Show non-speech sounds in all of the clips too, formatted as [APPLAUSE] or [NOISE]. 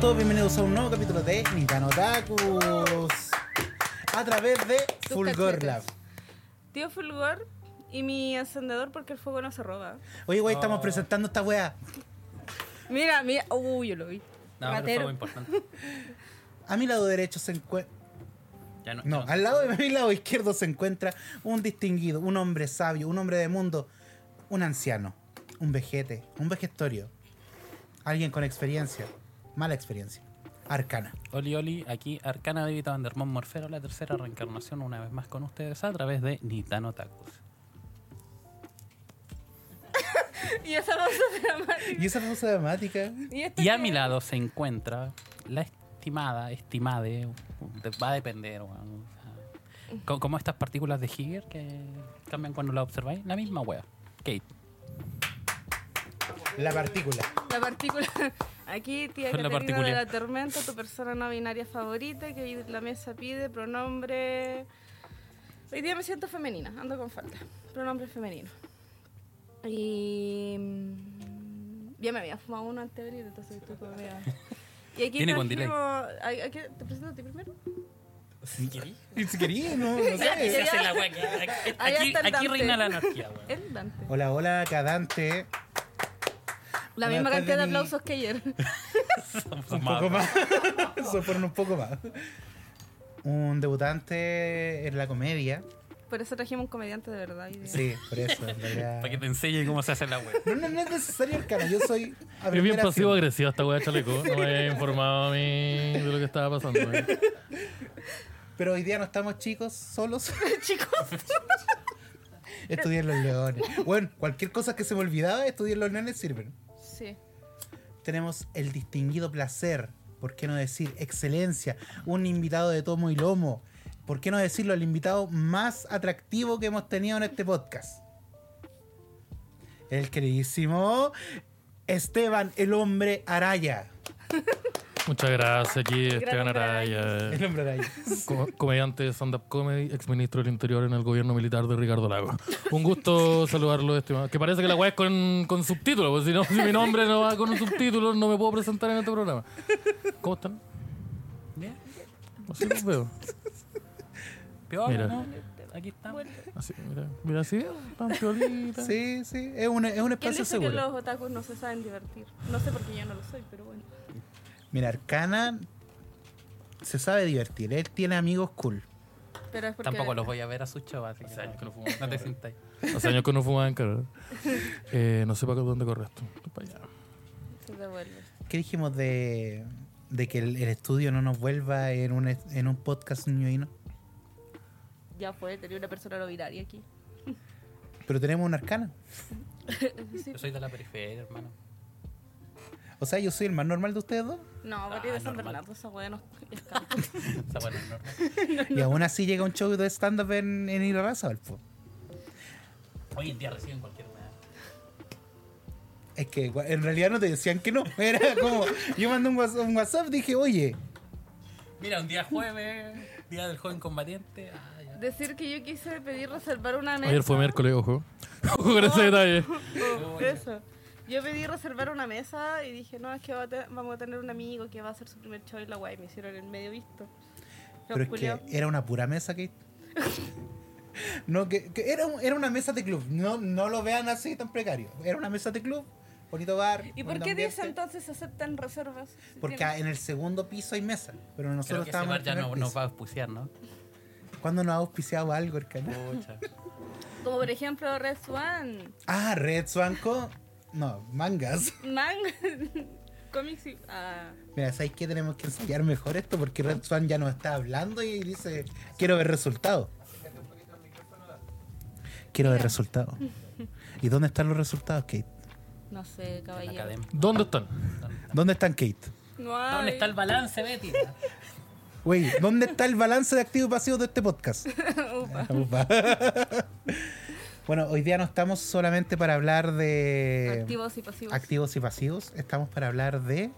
todos bienvenidos a un nuevo capítulo de Nitan Uh, Otakus a través de Tus Fulgor cachetes. Lab. Tío Fulgor y mi encendedor porque el fuego no se roba. Oye, güey, estamos presentando esta wea. Mira, mira. Uy, yo lo vi. No, pero Ratero. fue muy importante. A mi lado derecho se encuentra. Ya no, [LAUGHS] No, ya al lado de mi lado izquierdo se encuentra un distinguido, un hombre sabio, un hombre de mundo, un anciano, un vejete, un vejestorio, alguien con experiencia, mala experiencia, arcana. Oli Oli, aquí Arcana de Vita Vandermont Morfero, la tercera reencarnación, una vez más con ustedes a través de Nitano Tacos. Y esa cosa dramática. Y esa pausa dramática. Y, esto Y a que- mi lado se encuentra la estimada, estimade, de- va a depender, weón, o sea, co- como estas partículas de Higger que cambian cuando las observáis, la misma wea. Kate, La partícula. La partícula. [LAUGHS] Aquí, tía Con Caterina la de la particular. Tormenta, tu persona no binaria favorita, que hoy la mesa pide pronombre. Hoy día me siento femenina, ando con falta. Pronombre femenino. Y. mm, Ya me había fumado uno antes de abrir, entonces estoy como medio- Y aquí Viene con trajimos- ay, ay, ¿qué? ¿Te presento a ti primero? Y si quería, no, [LAUGHS] no [LAUGHS] Ya, sé. ya. Ahí aquí, está el aquí Dante. reina la anarquía, weón. El Dante. Hola, hola, cadante. La Buenas misma tardes, cantidad de mi- aplausos que ayer. Un poco más. [LAUGHS] Eso fueron un poco más. Un debutante en la comedia. Por eso trajimos un comediante de verdad. hoy día. Sí, por eso, en [LAUGHS] realidad. Para que te enseñe cómo se hace la wea. No, no, no es necesario el canal, yo soy. a Es bien primera pasivo acción. agresivo esta weá chaleco. No me había informado a mí de lo que estaba pasando. eh. Pero hoy día no estamos chicos, solos. [LAUGHS] Chicos, Estudié en los leones. Bueno, cualquier cosa que se me olvidaba, estudié en los leones sirven. sí. Tenemos el distinguido placer, ¿por qué no decir excelencia? Un invitado de tomo y lomo. ¿Por qué no decirlo? El invitado más atractivo que hemos tenido en este podcast. El queridísimo Esteban, el hombre araya. Muchas gracias aquí, Esteban Araya. El hombre araya. Com- comediante de stand-up comedy, exministro del Interior en el gobierno militar de Ricardo Lago. Un gusto saludarlo, estimado. Que parece que la weá es con, con subtítulos, porque si, no, si mi nombre no va con un subtítulo, no me puedo presentar en este programa. ¿Cómo están? Bien. Así los veo. Peor, Mira. ¿no? Aquí estamos. Así, mira, mira así, tan piolita. [LAUGHS] Sí, sí, es un, es un ¿Quién espacio dice seguro. que los otakus no se saben divertir? No sé por qué yo no lo soy, pero bueno. Mira, Arcana se sabe divertir. Él tiene amigos cool. Pero es porque Tampoco los voy a ver a sus chavas, así que años que no no, fumamos no te cigarro. sintáis. Hace años que no fumaba en carrera. Eh, no sé para dónde corre esto. Esto para allá. se devuelven. ¿Qué dijimos de, de que el, el estudio no nos vuelva en un, es- en un podcast ñoíno? Ya fue, tenía una persona no binaria aquí. Pero tenemos un arcana. Sí. Yo soy de la periferia, hermano. O sea, yo soy el más normal de ustedes [LAUGHS] dos. No, a Ah, partir de San normal. Bernardo, esa weá no es campo. Esa buena es normal. Y aún así llega un show de stand-up en, en Irarrázaval, po. Hoy en día reciben cualquier weá. Es que gua- en realidad no te decían que no. [LAUGHS] Era como, yo mandé un WhatsApp, un WhatsApp, dije, oye, Mira, un día jueves, día del joven combatiente. Ah, ya. [LAUGHS] Decir que yo quise pedir reservar una mesa. Ayer fue miércoles, ojo. [LAUGHS] Ojo con ese detalle. Oh, eso. Yo pedí reservar una mesa y dije, no, es que va a te- vamos a tener un amigo que va a hacer su primer show y la guay. Me hicieron el medio visto. Los pero es culiaos. que era una pura mesa, [LAUGHS] Kate. No, que, que era, un- era una mesa de club. No, no lo vean así tan precario. Era una mesa de club, bonito bar. ¿Y por bonito qué ambiente. dicen entonces aceptan reservas? Si Porque tienen- en el segundo piso hay mesa, pero Creo nosotros que ese estábamos. bar en ya el no, primer nos piso. va a auspiciar, ¿no? ¿Cuándo nos ha auspiciado algo el canal? Pucha. Como por ejemplo Red Swan, Ah, Red Swanco. No, mangas. Manga, [LAUGHS] Comics y... Ah, Mira, ¿sabes qué? Tenemos que ensayar mejor esto porque Red Swan ya nos está hablando y dice: Quiero ver resultados. Quiero ver resultados. ¿Y dónde están los resultados, Kate? no sé, La caballero. academia. ¿Dónde están? ¿Dónde están, Kate? No hay. ¿Dónde está el balance, Betty? Güey, ¿dónde está el balance de activo y pasivo de este [LAUGHS] podcast? [LAUGHS] Upa. bueno, hoy día no estamos solamente para hablar de. Activos y pasivos. activos y pasivos, estamos para hablar de.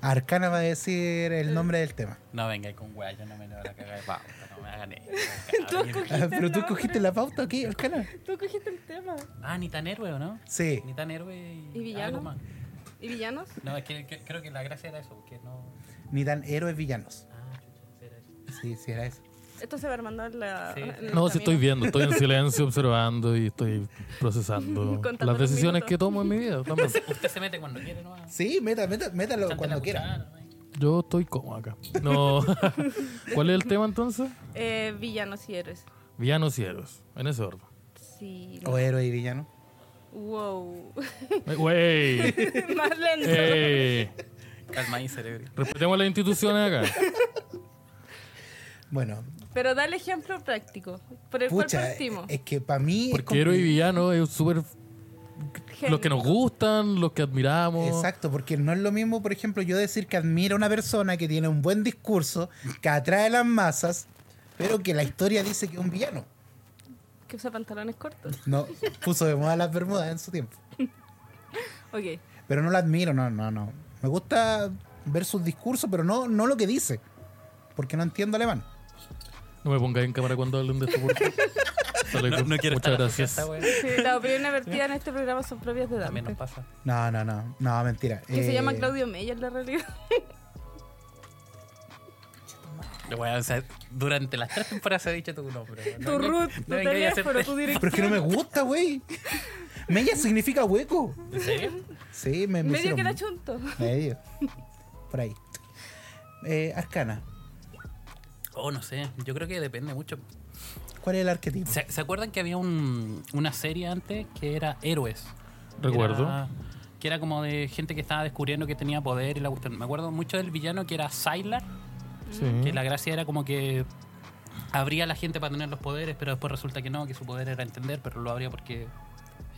Arcana va a decir el nombre del tema. No venga con weá, yo no me lo voy a cagar de pauta, no me hagan eso. [LAUGHS] Tú escogiste Ah, [LAUGHS] Pero el tú nombre. cogiste la pauta aquí, Arcana. Tú cogiste el tema. Ah, ni tan héroe, ¿o no? Sí. Ni tan héroe y, ¿Y villano? algo más. ¿Y villanos? No, es que, que- creo que la gracia era eso, que no. Ni tan héroes villanos. Ah, chucha, era eso. Sí, sí, era eso. Esto se va armando en la. Sí. en el No, si estoy camino. viendo, estoy en silencio observando y estoy procesando Contando los las decisiones minutos. que tomo en mi vida. también. Usted se mete cuando quiere, ¿no? Sí, meta, meta, métalo Chante cuando la quiera. cuchara, ¿no? Yo estoy como acá. No. [LAUGHS] ¿Cuál es el tema entonces? Eh, villanos y héroes. Villanos y héroes, en ese orden. Sí. O héroe y villano. Wow. [LAUGHS] Eh, Wey, Más lento. ey, Calma ahí, cerebro. respetemos las instituciones acá. Bueno, Pero dale ejemplo práctico. Por el cual pucha, eh, partimos. es que para mí... es Porque héroe y compli- villano es súper. Los eh, que nos gustan, los que admiramos. Exacto, porque no es lo mismo, por ejemplo, yo decir que admiro a una persona que tiene un buen discurso, que atrae a las masas, pero que la historia dice que es un villano. Que usa pantalones cortos. No, puso de moda las bermudas en su tiempo. Ok. Pero no lo admiro, no, no, no. Me gusta ver sus discursos, pero no, no lo que dice. Porque no entiendo alemán. No me pongáis en cámara cuando hablen de esto, por favor. [LAUGHS] Sale, No, no quiero Muchas estar gracias. asociado a esta wea. Sí, las opiniones vertidas en este programa son propias de También Dante. nos pasa. No, no, no. No, mentira. Que se Eh, llama Claudio Meyer, la realidad. Bueno, o sea, durante las tres temporadas se ha dicho tu nombre. Tu root, tu vengáis a hacer- teléfono, [LAUGHS] tu Pero es que dirección. no me gusta, güey. Mella significa hueco. ¿En serio? Sí, me, me Medio hicieron- que la chunto. Medio. Por ahí. Eh, Arcana. Oh, no sé. Yo creo que depende mucho. ¿Cuál es el arquetipo? ¿Se, se acuerdan que había un- una serie antes que era Héroes? Recuerdo. Era- que era como de gente que estaba descubriendo que tenía poder y la cuestión. Me acuerdo mucho del villano que era Sylar, que Sí. la gracia era como que abría a la gente para tener los poderes, pero después resulta que no, que su poder era entender, pero lo abría porque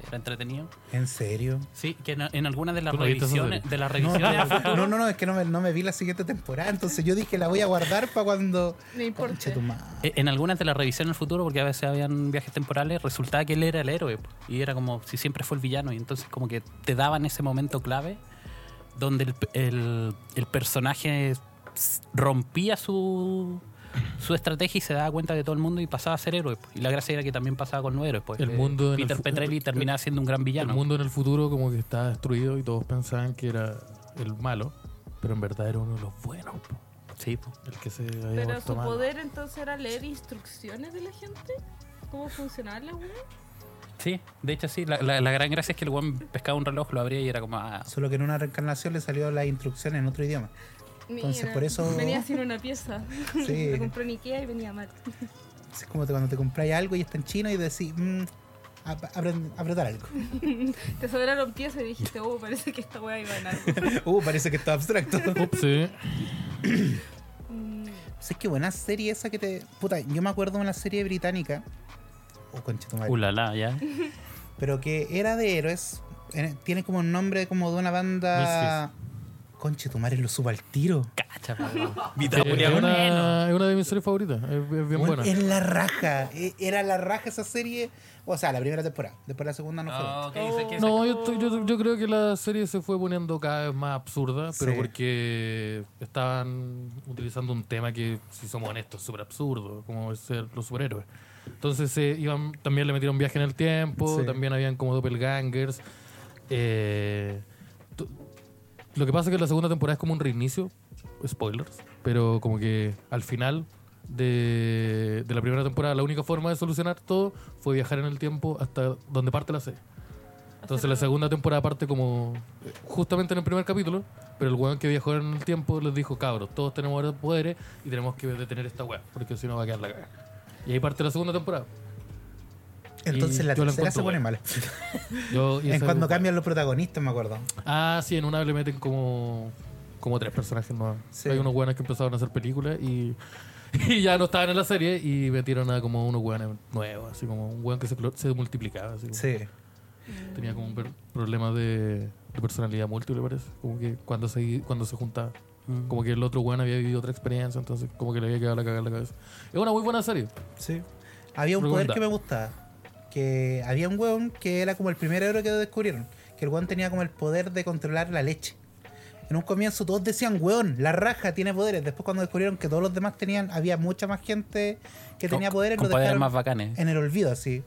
era entretenido. ¿En serio? Sí, que en, en alguna de las ¿Tú no viste esa revisiones, serie? de las No, revisiones [LAUGHS] a futuro- no, no, no, es que no me, no me vi la siguiente temporada. Entonces yo dije, la voy a guardar para cuando. No importa. Concha tu madre. Eh, En algunas de las revisé en el futuro, porque a veces habían viajes temporales, resultaba que él era el héroe. po. Y era como si siempre fue el villano. Y entonces como que te daban ese momento clave donde el, el- el personaje s- rompía su, su estrategia y se daba cuenta de todo el mundo y pasaba a ser héroe. po. Y la gracia era que también pasaba con los héroes. Pues. El Eh, mundo en el Peter fu- Petrelli terminaba siendo un gran El villano. mundo en el futuro, como que estaba destruido y todos pensaban que era el malo, pero en verdad era uno de los buenos, po, Sí, po. el que se había Pero vuelto su malo. poder entonces era leer instrucciones de la gente. ¿Cómo funcionaban las weas? sí, de hecho sí. La, la- la gran gracia es que el weón pescaba un reloj, lo abría y era como... ah, Solo que en una reencarnación le salió la instrucción en otro idioma. Entonces, Mira, por eso- Venía sin una pieza. [LAUGHS] Sí. Lo compré en Ikea y venía mal. Es como te- cuando te compráis algo y está en chino y decís, mm, ap- apren- apretar algo. [LAUGHS] Te sobraron piezas y dijiste, oh, parece que esta wea iba en algo. Uh, parece que está abstracto. Ups, sí. Mm, Sí, es que buena serie esa que te. Puta, yo me acuerdo de una serie británica. Oh, concha tu madre. ulala, [LAUGHS] ya. Pero que era de héroes. eh, Tiene como un nombre como de una banda. Concha tu madre, lo subo al tiro. Cacha, po, weón. Vita eh, Es culia, veneno. una, es una de mis series favoritas, es, es bien Bueno, buena. Es la raja. E- Era la raja esa serie. O sea, la primera temporada. Después la segunda no fue. Ah, ok, dice que- No, yo, estoy- yo- yo creo que la serie se fue poniendo cada vez más absurda, pero Sí. porque estaban utilizando un tema que, si somos honestos, es súper absurdo, como es ser los superhéroes. Entonces se iban, también le metieron viaje en el tiempo, Sí. también habían como doppelgangers. Eh, tu- lo que pasa es que la segunda temporada es como un reinicio, spoilers, pero como que al final de, de la primera temporada la única forma de solucionar todo fue viajar en el tiempo hasta donde parte la serie. Entonces la segunda temporada parte como eh, justamente en el primer capítulo, pero el weón que viajó en el tiempo les dijo, cabros, todos tenemos ahora poderes y tenemos que detener esta weá, porque si no va a quedar la cagada. Y ahí parte la segunda temporada. Entonces Y la yo la tercera se encuentro pone mala. [LAUGHS] Yo, [LAUGHS] y En esa- cuando cambian los protagonistas, me acuerdo. Ah, sí, en una le meten como, como tres personajes nuevos. Sí. Hay unos weones que empezaron a hacer películas y, [LAUGHS] y ya no estaban en la serie y metieron a como unos weones nuevos, así como un weón que se, clo- se multiplicaba. Así como- Sí. Tenía como un per- problema de, de personalidad múltiple, parece. Como que cuando se, cuando se juntaba. Mm. Como que el otro weón había vivido otra experiencia, entonces como que le había quedado la cagada en la cabeza. Es una muy buena serie. Sí. Había un poder Recomendado. que me gustaba. Que había un weón que era como el primer héroe que descubrieron. Que el weón tenía como el poder de controlar la leche. En un comienzo todos decían, weón, la raja tiene poderes. Después cuando descubrieron que todos los demás tenían, había mucha más gente que tenía Con- poderes, con lo poderes dejaron más bacanes. en el olvido así.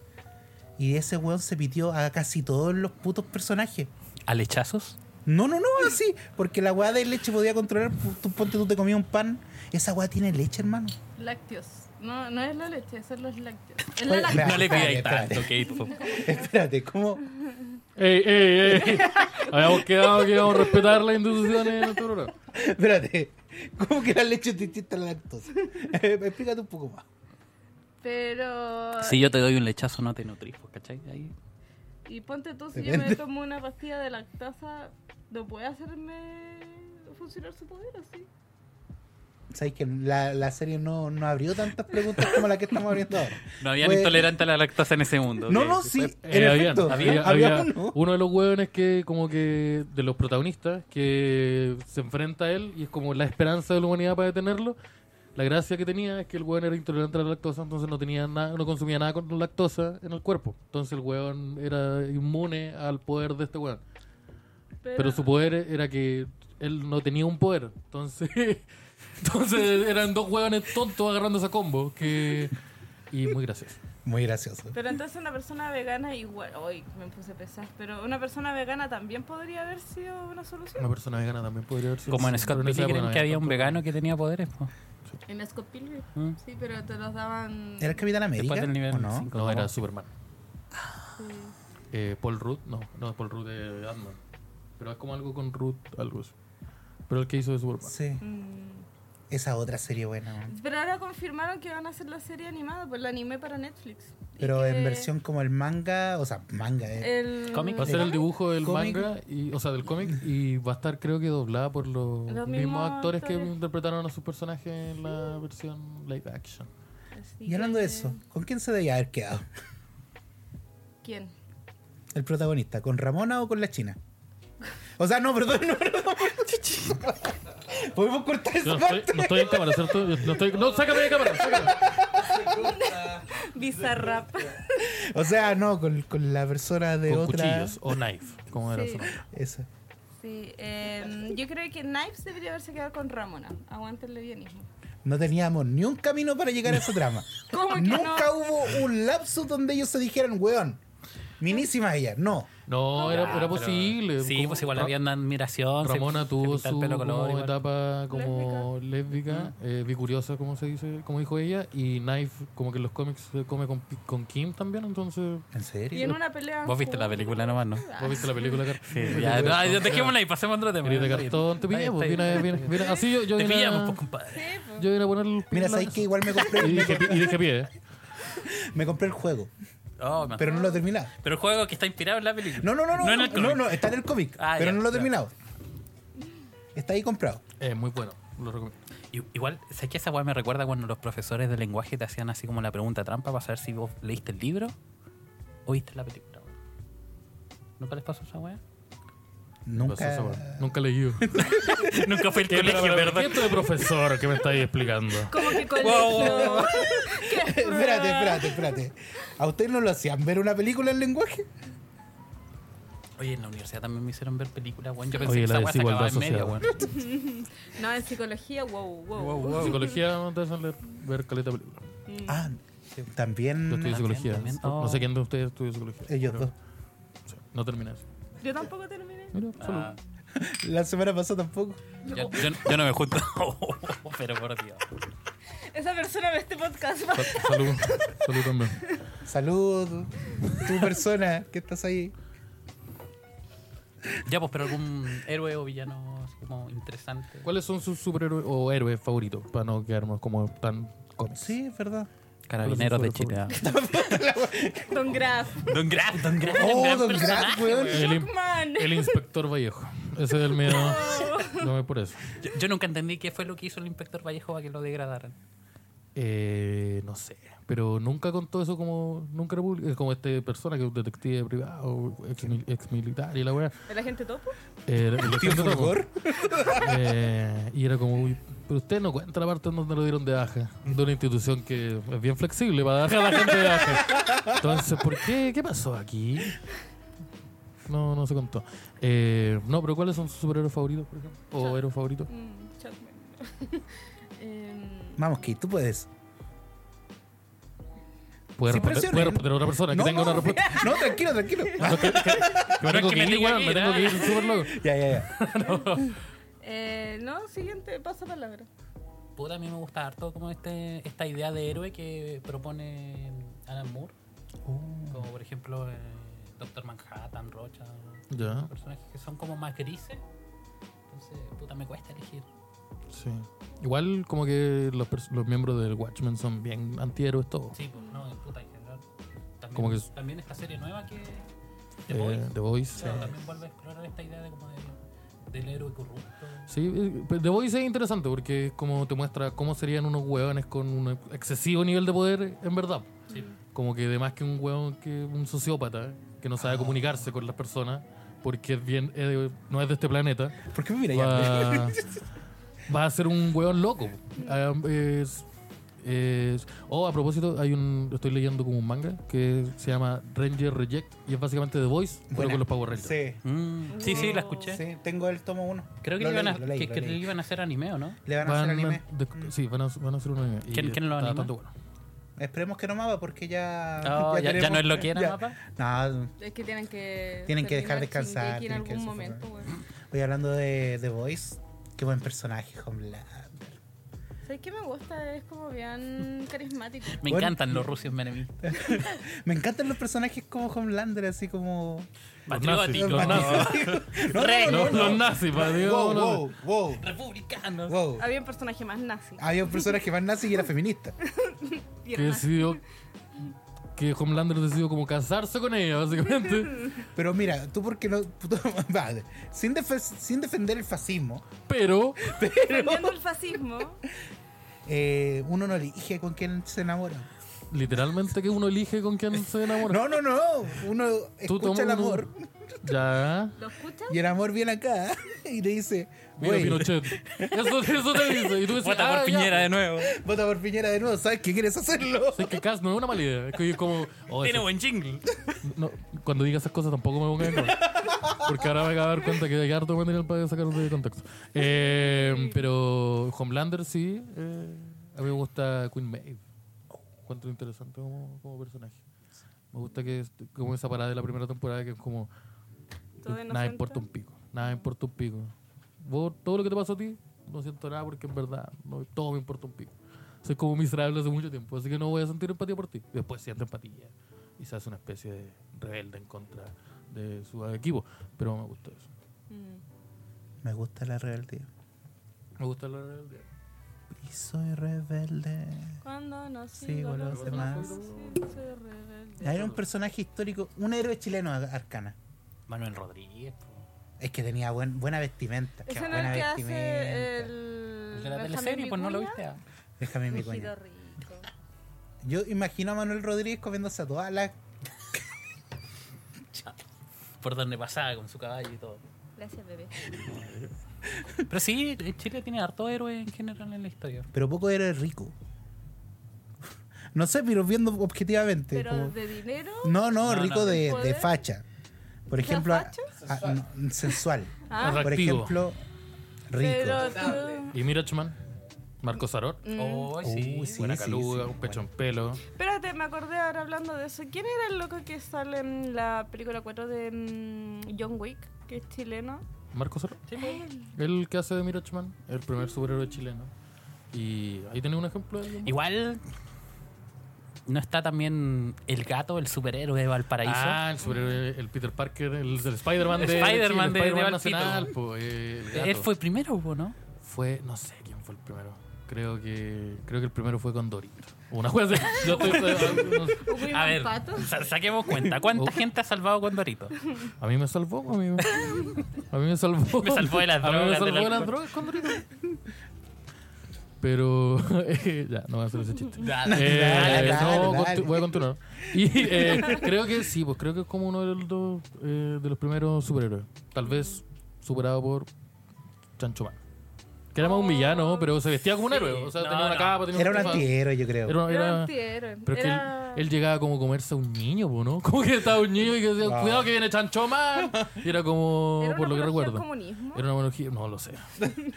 Y ese weón se pitió a casi todos los putos personajes. ¿Alechazos? No, no, no, así. Porque la weá de leche podía controlar. pu- Tú, ponte, tú te comías un pan. Esa weá tiene leche, hermano. Lácteos. No, no es la leche, son los lácteos. Es Oye, la vea. láctea. No le Ah, Espérate, pidáis tanto, Kate. po. [LAUGHS] Espérate, ¿cómo? Ey, ey, ey. [LAUGHS] Habíamos quedado que íbamos a respetar las instituciones de nuestro programa. Espérate. ¿Cómo que la leche es distinta a la lactosa? Eh, explícate un poco más. Pero. Si yo te doy un lechazo, no te nutrís, po, ¿cachai? Ahí. Y ponte tú, si yo Depende. me tomo una pastilla de lactasa, ¿no puede hacerme funcionar su poder así? Sabes que la, la serie no, no abrió tantas preguntas como la que estamos abriendo [LAUGHS] ahora. No habían Pues- intolerante a la lactosa en ese mundo. No, ok. no, sí. Eh, en habían, efecto, había- había había uno. uno de los hueones que, como que, de los protagonistas, que se enfrenta a él y es como la esperanza de la humanidad para detenerlo. La gracia que tenía es que el hueón era intolerante a la lactosa, entonces no tenía nada, no consumía nada con lactosa en el cuerpo. Entonces el hueón era inmune al poder de este hueón. Pero su poder era que él no tenía un poder. Entonces, [LAUGHS] entonces eran dos hueones tontos agarrando esa combo. Que, y muy gracioso. Muy gracioso. Pero entonces una persona vegana igual, hoy me puse a pesar, pero una persona vegana también podría haber sido una solución. Una persona vegana también podría haber sido. Como en Scott Pero esa Pilgrim, época no que pues, había un tanto. vegano que tenía poderes, pues, po. En Scott Pilgrim, Mm. sí, pero te los daban... ¿Era el Capitán América? Después del nivel ¿O no? cinco. No, era Superman. Sí. Eh, Paul Rudd, no, no, Paul Rudd de Ant-Man. Pero es como algo con Rudd, algo así. Pero el que hizo de Superman. Sí. Mm. Esa otra serie buena. man. Pero ahora confirmaron que van a hacer la serie animada, pues la animé para Netflix. Y Pero que en versión como el manga, o sea, manga. eh. El... Cómic. Va a ser el dibujo del Cómic. manga, y, o sea, del cómic, y va a estar, creo que, doblada por los, Los mismos mismos actores que actores. interpretaron a sus personajes en la versión live action. Así Y hablando de que- eso, ¿con quién se debía haber quedado? [LAUGHS] ¿Quién? [LAUGHS] El protagonista, ¿con Ramona o con la China? O sea, no, perdón, no, perdón. [LAUGHS] Podemos cortar Yo esa no estoy, parte. no estoy en cámara, ¿cierto? Yo no, estoy, no, sácame de cámara. sácame. [LAUGHS] Bizarrap. O sea, no, con, con la persona de Con otra. cuchillos o knife, como era Sí. su nombre. Esa. Sí, em, yo creo que Knives debería haberse quedado con Ramona. Aguanta el lesbianismo. No teníamos ni un camino para llegar a ese [LAUGHS] trama. ¿Cómo que Ah, Nunca no? hubo un lapsus donde ellos se dijeran, weón, minísima ella. No. No, era, era posible. Ah, Sí, como- pues igual Ra- había admiración. se- Ramona se tuvo pinta el su pelo como color igual. Mm. etapa como lésbica, eh, bicuriosa, como se dice, como dijo ella, y Knife, como que en los cómics se come con, Pi- con Kim también, entonces... ¿En Y serio? en una pelea. Vos viste la película nomás, ¿no? ¿Vos viste la película, Car- Ya, no, ya dejémosla y pasemos a otro tema. Querida Cartón, te pillamos, viene, viene, viene. Así yo, yo Te vine a- pillamos, pues, compadre. Sí, po. Yo vine a poner el Mira, pin sabes en que igual me compré, la- Y dije, pi- y dije pie, eh. me compré el juego, Oh, man. pero pero, no lo he terminado. el juego que está inspirado en la película. No, no, no, no. No No, en el no, cómic. no, está en el cómic, Ah, pero ya, no lo he ya. terminado. Está ahí comprado. Eh, muy bueno, lo recomiendo. I- Igual, sé que esa weá me recuerda cuando los profesores de lenguaje te hacían así como la pregunta trampa para saber si vos leíste el libro o viste la película. weón. ¿Nunca les pasó esa weá? Pasó esa Nunca. weá. Nunca [LAUGHS] leí yo. Nunca [LAUGHS] fue el ¿Qué colegio, ¿verdad? esto de profesor que me estáis explicando? Como que con Wow. [LAUGHS] espérate, espérate, espérate. ¿A ustedes no lo hacían ver una película en lenguaje? Oye, en la universidad también me hicieron ver películas, weón. Yo pensé Oye, que la esa weá se acababa en desigualdad medio, social. weón. No, en psicología, wow, wow. Psicología, no te hacen leer- ver caleta película. Mm. Ah, Yo también. estudié psicología. también. Oh. No no sé quién de ustedes estudió psicología. Ellos pero- dos. sí, No terminé eso. Yo tampoco terminé. Mira, solo- Ah, La semana pasada tampoco. yo, yo- yo no me junto. [LAUGHS] Oh, Pero por Dios. Esa persona ve este podcast. [LAUGHS] va. Sal- Salud, salud también. Salud, [LAUGHS] tu persona que estás ahí. Ya, pues, pero algún héroe o villano así como interesante. ¿Cuáles son sus superhéroes o héroes favoritos? Para no quedarnos como tan cómics. Sí, es verdad. Carabineros de Chile. ah. Don Graf. Don Graf, Don Graf. Oh, gran Don personaje, Graf, weón. weón. El, in- Man. el inspector Vallejo. Ese es el mío. No es por eso. Yo, yo nunca entendí qué fue lo que hizo el inspector Vallejo para que lo degradaran. Eh, no sé. Pero nunca contó eso como. Nunca era público. Es como este persona que es un detective privado, ex, mil- ex militar y la weá. ¿El agente topo? Eh, el ¿Tío doctor Topo. Fulgor? Eh, y era como, uy, pero usted no cuenta la parte en donde lo dieron de baja. De una institución que es bien flexible para dar a la gente de baja. Entonces, ¿por qué? ¿Qué pasó aquí? No, no se contó. Eh, no, pero ¿cuáles son sus superhéroes favoritos, por ejemplo? ¿O héroes favoritos? Mm, [LAUGHS] Em, Chatman. Em, Vamos, Kate, tú puedes. Puede Sí, responder, presione. puede responder otra persona que No, tenga no, una [LAUGHS] respuesta. [LAUGHS] No, tranquilo, tranquilo. Que- que- que me es tengo que que me ir, tenga weón, que me ir, tengo ah. que ir súper loco. Ya, ya, ya. Eh, no, siguiente, pasa palabra. Puta, a mí me gusta harto como este, esta idea de héroe que propone Alan Moore. Uh. Como por ejemplo eh, Doctor Manhattan, Rocha. [LAUGHS] Ya, Personajes que son como más grises. Entonces, puta, me cuesta elegir. sí. Igual como que los, pers- los miembros del Watchmen son bien antihéroes todos. Sí, pues no, en puta en general. También, Como que es- también esta serie nueva que The Boys, Eh, The Boys. claro, sí. también vuelve a explorar esta idea de como de- del héroe corrupto. Sí, eh, pero The Voice es interesante porque es como te muestra cómo serían unos hueones con un excesivo nivel de poder en verdad. Sí. Como que además que un hueón que un sociópata que no sabe comunicarse con las personas porque es bien eh, no es de este planeta ¿Por qué me mira ya? va, va a ser un hueón loco. Ah, es- es- oh, a propósito, hay un estoy leyendo como un manga que se llama Ranger Reject y es básicamente The Voice pero Buena. con los Power Rangers. Sí, sí, sí, la escuché. Mm. sí, tengo el tomo 1. Creo que, le, iban a, que- que le iban a hacer anime, ¿o no? Le van a Van hacer a- anime. Mm. de- sí, van a, van a hacer un anime. y ¿Quién- quién lo anima? está bastante bueno. Esperemos que no mapa porque ya. Ah, ya- ya tenemos- no es lo que era ya. Mapa. No, Es que tienen que. Tienen que dejar terminar descansar, Shingeki en tienen que algún descansar. momento, güey. voy hablando de The Voice. Qué buen personaje, Homelander. ¿Sabes qué me gusta? Es como bien [LAUGHS] carismático. Me Bueno. encantan los rusos menemistas. Me encantan los personajes como Homelander, así como. Los Patrióticos. nazis, los nazis. [LAUGHS] No, Rey, No, los nazis, pa, digo, Wow, no. wow, wow, Republicanos. wow. Había un personaje más nazi. Había un personaje más nazi y era feminista. Y era Que nazi. decidió. Que Homelander decidió como casarse con [LAUGHS] ella, básicamente. Pero mira, tú porque no. tú- [LAUGHS] vale, sin, defe- sin defender el fascismo, Pero. Defendiendo el fascismo. eh, uno no elige con quién se enamora. Literalmente que uno elige con quién se enamora. No, no, no. Uno escucha el tomas uno- amor Ya. ¿Lo escuchas? y el amor viene acá [LAUGHS] y le dice: Mira, "Güey, Pinochet. Eso, eso te dice. Y tú dices. Vota por ah, ya. Piñera de nuevo. Vota por Piñera de nuevo, ¿sabes que quieres hacerlo? Es que Cass no es una mala idea. Es que es como. oh, Tiene eso- buen jingle. no, cuando diga esas cosas tampoco me ponga de acuerdo. Porque ahora me acabo de dar cuenta que hay harto material para sacar de contexto. Eh, pero Homelander sí. eh, a mí me gusta Queen Maeve. Encuentro interesante como, como personaje. Me gusta que es- como esa parada de la primera temporada que es como Todo nada inocente. importa un pico. Nada importa un pico. Vos, todo lo que te pasó a ti, no siento nada porque en verdad no, todo me importa un pico. Soy como miserable hace mucho tiempo, así que no voy a sentir empatía por ti. Y después siento empatía y se hace una especie de rebelde en contra de su equipo. Pero me gusta eso. Mm. Me gusta la rebeldía. Me gusta la rebeldía. Y soy rebelde. Cuando no Sí, sigo bueno, los hace demás, más. sí, soy rebelde. Era un personaje histórico, un héroe chileno a- arcana. Manuel Rodríguez. po. Es que tenía buen- buena vestimenta. Ese no es buena el que hace vestimenta. el. El de la Benjamín teleserie, pues no lo Vicuña? viste. ah. Déjame mi Mijito coño. rico. Yo imagino a Manuel Rodríguez comiéndose a todas las. Por donde pasaba con su caballo y todo. Gracias, bebé. Pero sí, eh, Chile tiene harto héroe en general en la historia. Pero poco héroe rico. [LAUGHS] No sé, pero viendo objetivamente. Pero como- de dinero. No, no, No, rico no. De, de ¿Poder? facha. Por ejemplo, a- facho? a- no, sensual. Ah. Por Atractivo. ejemplo, rico. Pero tú- mm, Y Mirachman, Marco Saror. Oh, sí. Uh, sí, buena sí, caluga, sí, un pecho en pelo. Espérate, me acordé ahora hablando de eso. ¿Quién era el loco que sale en la película 4 de mm, John Wick, que es chileno? Marco Saror. El que hace de Mirachman, el primer superhéroe chileno. Y ahí tenés un ejemplo. de alguien. Igual. No está también el gato, el superhéroe de Valparaíso. Ah, el, superhéroe, el Peter Parker, el, el Spider-Man de Spider-Man Chile, de- el de Spider-Man Valpito. Nacional. po, eh, el Él gato. fue primero, po, ¿no? Fue- no sé quién fue el primero. Creo que creo que el primero fue con Dorito. Una jueza. [LAUGHS] Yo estoy- no sé. A ver, Pato? sa- saquemos cuenta. ¿Cuánta gente ha salvado con Dorito? a mí me salvó, a mí me, a mí me salvó. [LAUGHS] Me salvó de las A mí me drogas, salvó del de las alcohol. drogas con Dorito. Pero [LAUGHS] eh, ya, no voy a hacer ese chiste. [LAUGHS] Eh, Dale, dale, no, dale. conti- voy a continuar. Y eh, [LAUGHS] creo que sí, pues creo que es como uno de los, dos, eh, de los primeros superhéroes. Tal vez superado por Chancho Man. Que era más un villano, pero se vestía como un Sí. héroe. O sea, No, tenía una no. capa, tenía Era un antihéroe. antihéroe, yo creo. Era, Era un era- antihéroe. pero es que él- Era- él, llegaba como a comerse a un niño, po, ¿no? [LAUGHS] Como que estaba un niño y que decía, No. cuidado que viene [LAUGHS] Chancho Man. Y era como, ¿Era una por lo que apología al recuerdo. comunismo? Era una monarquía, no lo sé.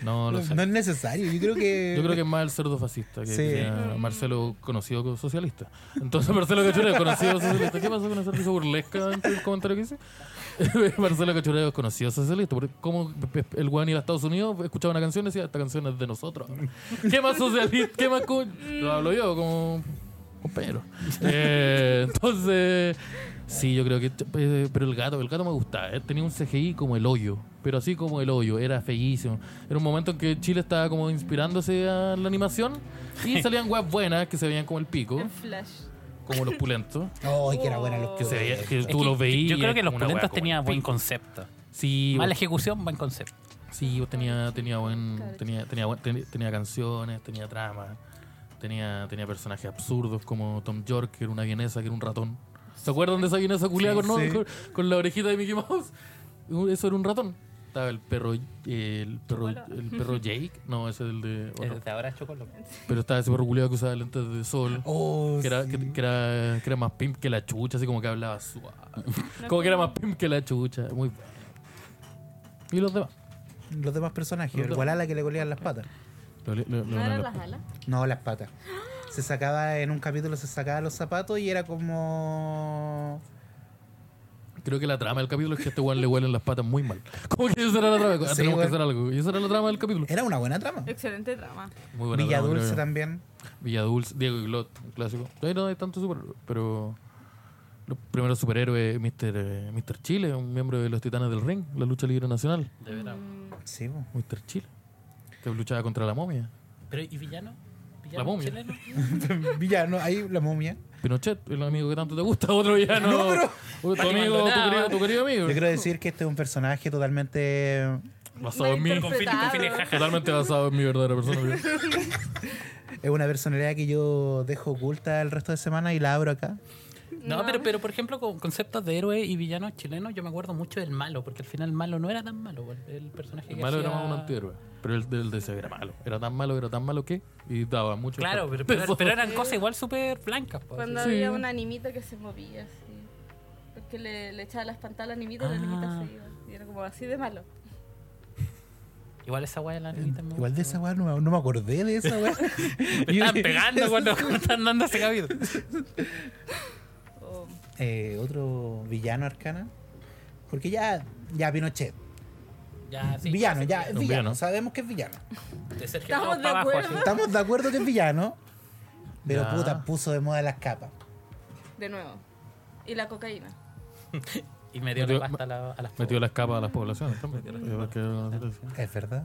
No [LAUGHS] lo sé. No es necesario, yo creo que. [LAUGHS] Yo creo que es más el cerdo fascista que Sí. tenía Marcelo, conocido como socialista. Entonces, Marcelo Cachureo, conocido socialista. ¿Qué pasó con esa risa burlesca en el comentario que hice? [LAUGHS] Marcelo Cachureo es conocido socialista. Porque como el weón iba a Estados Unidos, escuchaba una canción y decía, esta canción es de nosotros. ¿Qué más socialista? ¿Qué más co-?" Lo hablo yo como compañero. Eh, [LAUGHS] entonces, sí, yo creo que... eh, pero el gato, el gato me gustaba. eh. Tenía un CGI como el hoyo. Pero así como el hoyo, era feísimo. Era un momento en que Chile estaba como inspirándose a la animación y salían weas buenas que se veían como el pico, En Flash. [LAUGHS] como los pulentos. [LAUGHS] Ay, que era buena los Que, se veía, que Es tú que los veías. Yo creo que los como una wea pulentos como el tenían buen pico. concepto. Sí, Mala vos- ejecución, buen concepto. Sí, yo tenía, tenía buen, tenía, tenía, buen- ten- tenía canciones, tenía trama, tenía, tenía personajes absurdos como Tom York, que era una vienesa, que era un ratón. ¿Se acuerdan de esa vienesa culiada Sí, con, no? sí. con, con la orejita de Mickey Mouse? Uh, Eso era un ratón. Estaba el perro, el perro, el perro Jake, no, ese es el de. otro. Desde ahora Chocolo. Mm. Pero estaba ese perro culiado que usaba lentes de sol. Oh, Que era, sí. que, que era, que era más pimp que la chucha, así como que hablaba suave. como que era más pimp que la chucha. Muy bueno. Y los demás. Los demás personajes, el Walala que le colían las patas. Lo- lo- lo- ¿No lo- eran lo- las alas? No, las patas. Se sacaba, en un capítulo se sacaba los zapatos y era como. Creo que la trama del capítulo es que a este weón le huelen las patas muy mal. [LAUGHS] Como que esa era la trama. Ah, Sí, Tenemos que weón. hacer algo. Y esa era la trama del capítulo. Era una buena trama. Excelente trama. Muy buena Villa trama, creo Dulce yo. también. Villa Dulce, Diego y Glot, un clásico. Ahí no hay tanto superhéroes, pero los primeros superhéroes, Mr. eh, Mr. Chile, un miembro de los Titanes del Ring, la lucha libre nacional. De verdad. Sí, po. [LAUGHS] Mr. Chile, que luchaba contra la momia. Pero ¿y villano? ¿Villano La momia. chileno? Villano, ahí la momia. Pinochet, el amigo que tanto te gusta, [LAUGHS] otro villano. No, pero- Uy, Tu Mario amigo, tu Maldonado. querido, tu querido amigo. Yo quiero decir que este es un personaje totalmente. Basado en mí. Malinterpretado. Con fin- con fines, Totalmente basado en mi verdadera persona. [LAUGHS] Es una personalidad que yo dejo oculta el resto de semana y la abro acá. [LAUGHS] No, pero, pero por ejemplo, con conceptos de héroe y villanos chilenos, yo me acuerdo mucho del malo, porque al final el malo no era tan malo. El, el personaje El que malo hacía- era más un antihéroe. Pero el del DC era malo. Era tan malo, era tan malo que. Y daba mucho. Claro, efecto. pero, pero, pero [LAUGHS] eran cosas igual súper blancas. pues, po, Cuando así. Sí. había una animita que se movía así. Porque le, le echaba las pantalas a la animita y la animita se iba. Y era como así de malo. Igual esa weá de la Eh, animita me Igual de gusta. esa weá, no, me- no me acordé de esa weá. [LAUGHS] Me Yo- estaban pegando [LAUGHS] cuando cuando estaban dando ese capítulo. O- Eh, Otro villano arcana. Porque ya, ya Pinochet. Ya, sí, villano, ya, es Un villano. villano. Sabemos que es villano. De Sergio Estamos Ramos de para abajo, acuerdo. así. Estamos de acuerdo que es villano. Pero Ya. puta, puso de moda las capas. de nuevo. Y la cocaína. Y me dio Metió- la pasta a, la- a las Metió las capas a las poblaciones también. Es verdad.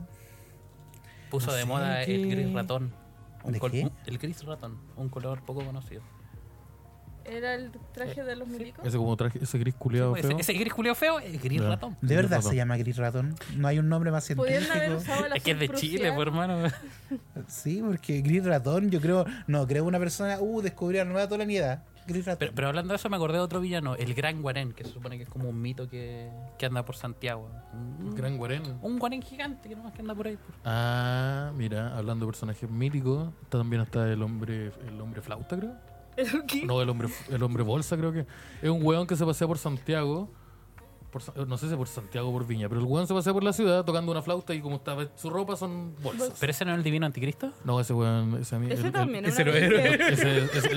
Puso de sé moda qué- el gris ratón. Un ¿De col- qué? un- el gris ratón, un color poco conocido. Era el traje de los milicos. Ese como traje, ese gris culiado Ese, feo. pues, ese gris Julio feo, el gris Ya. ratón. ¿De Gris verdad ratón. se llama Gris Ratón? No hay un nombre más Podían haber científico. usado la Es que es de Chile, [LAUGHS] pues, hermano. [LAUGHS] Sí, porque Gris Ratón, yo creo, no, creo una persona, uh, descubrió una nueva tolanidad. Gris Ratón. Pero, pero hablando de eso, me acordé de otro villano, el Gran Guarén, que se supone que es como un mito que, que anda por Santiago. Un, Gran Guarén. un Guarén gigante que nomás que anda por ahí. por- Ah, mira, hablando de personajes míticos, está- también está el hombre, el hombre flauta, creo. ¿Qué? No, el hombre, el hombre bolsa, creo que. Es un weón que se pasea por Santiago. por Sa- no sé si por Santiago o por Viña, pero el weón se pasea por la ciudad tocando una flauta y como está su ropa son bolsas. ¿Pero ese no es el divino anticristo? [LAUGHS] No, ese weón, ese amigo. Ese también ese, era un héroe. ese, ese, ese-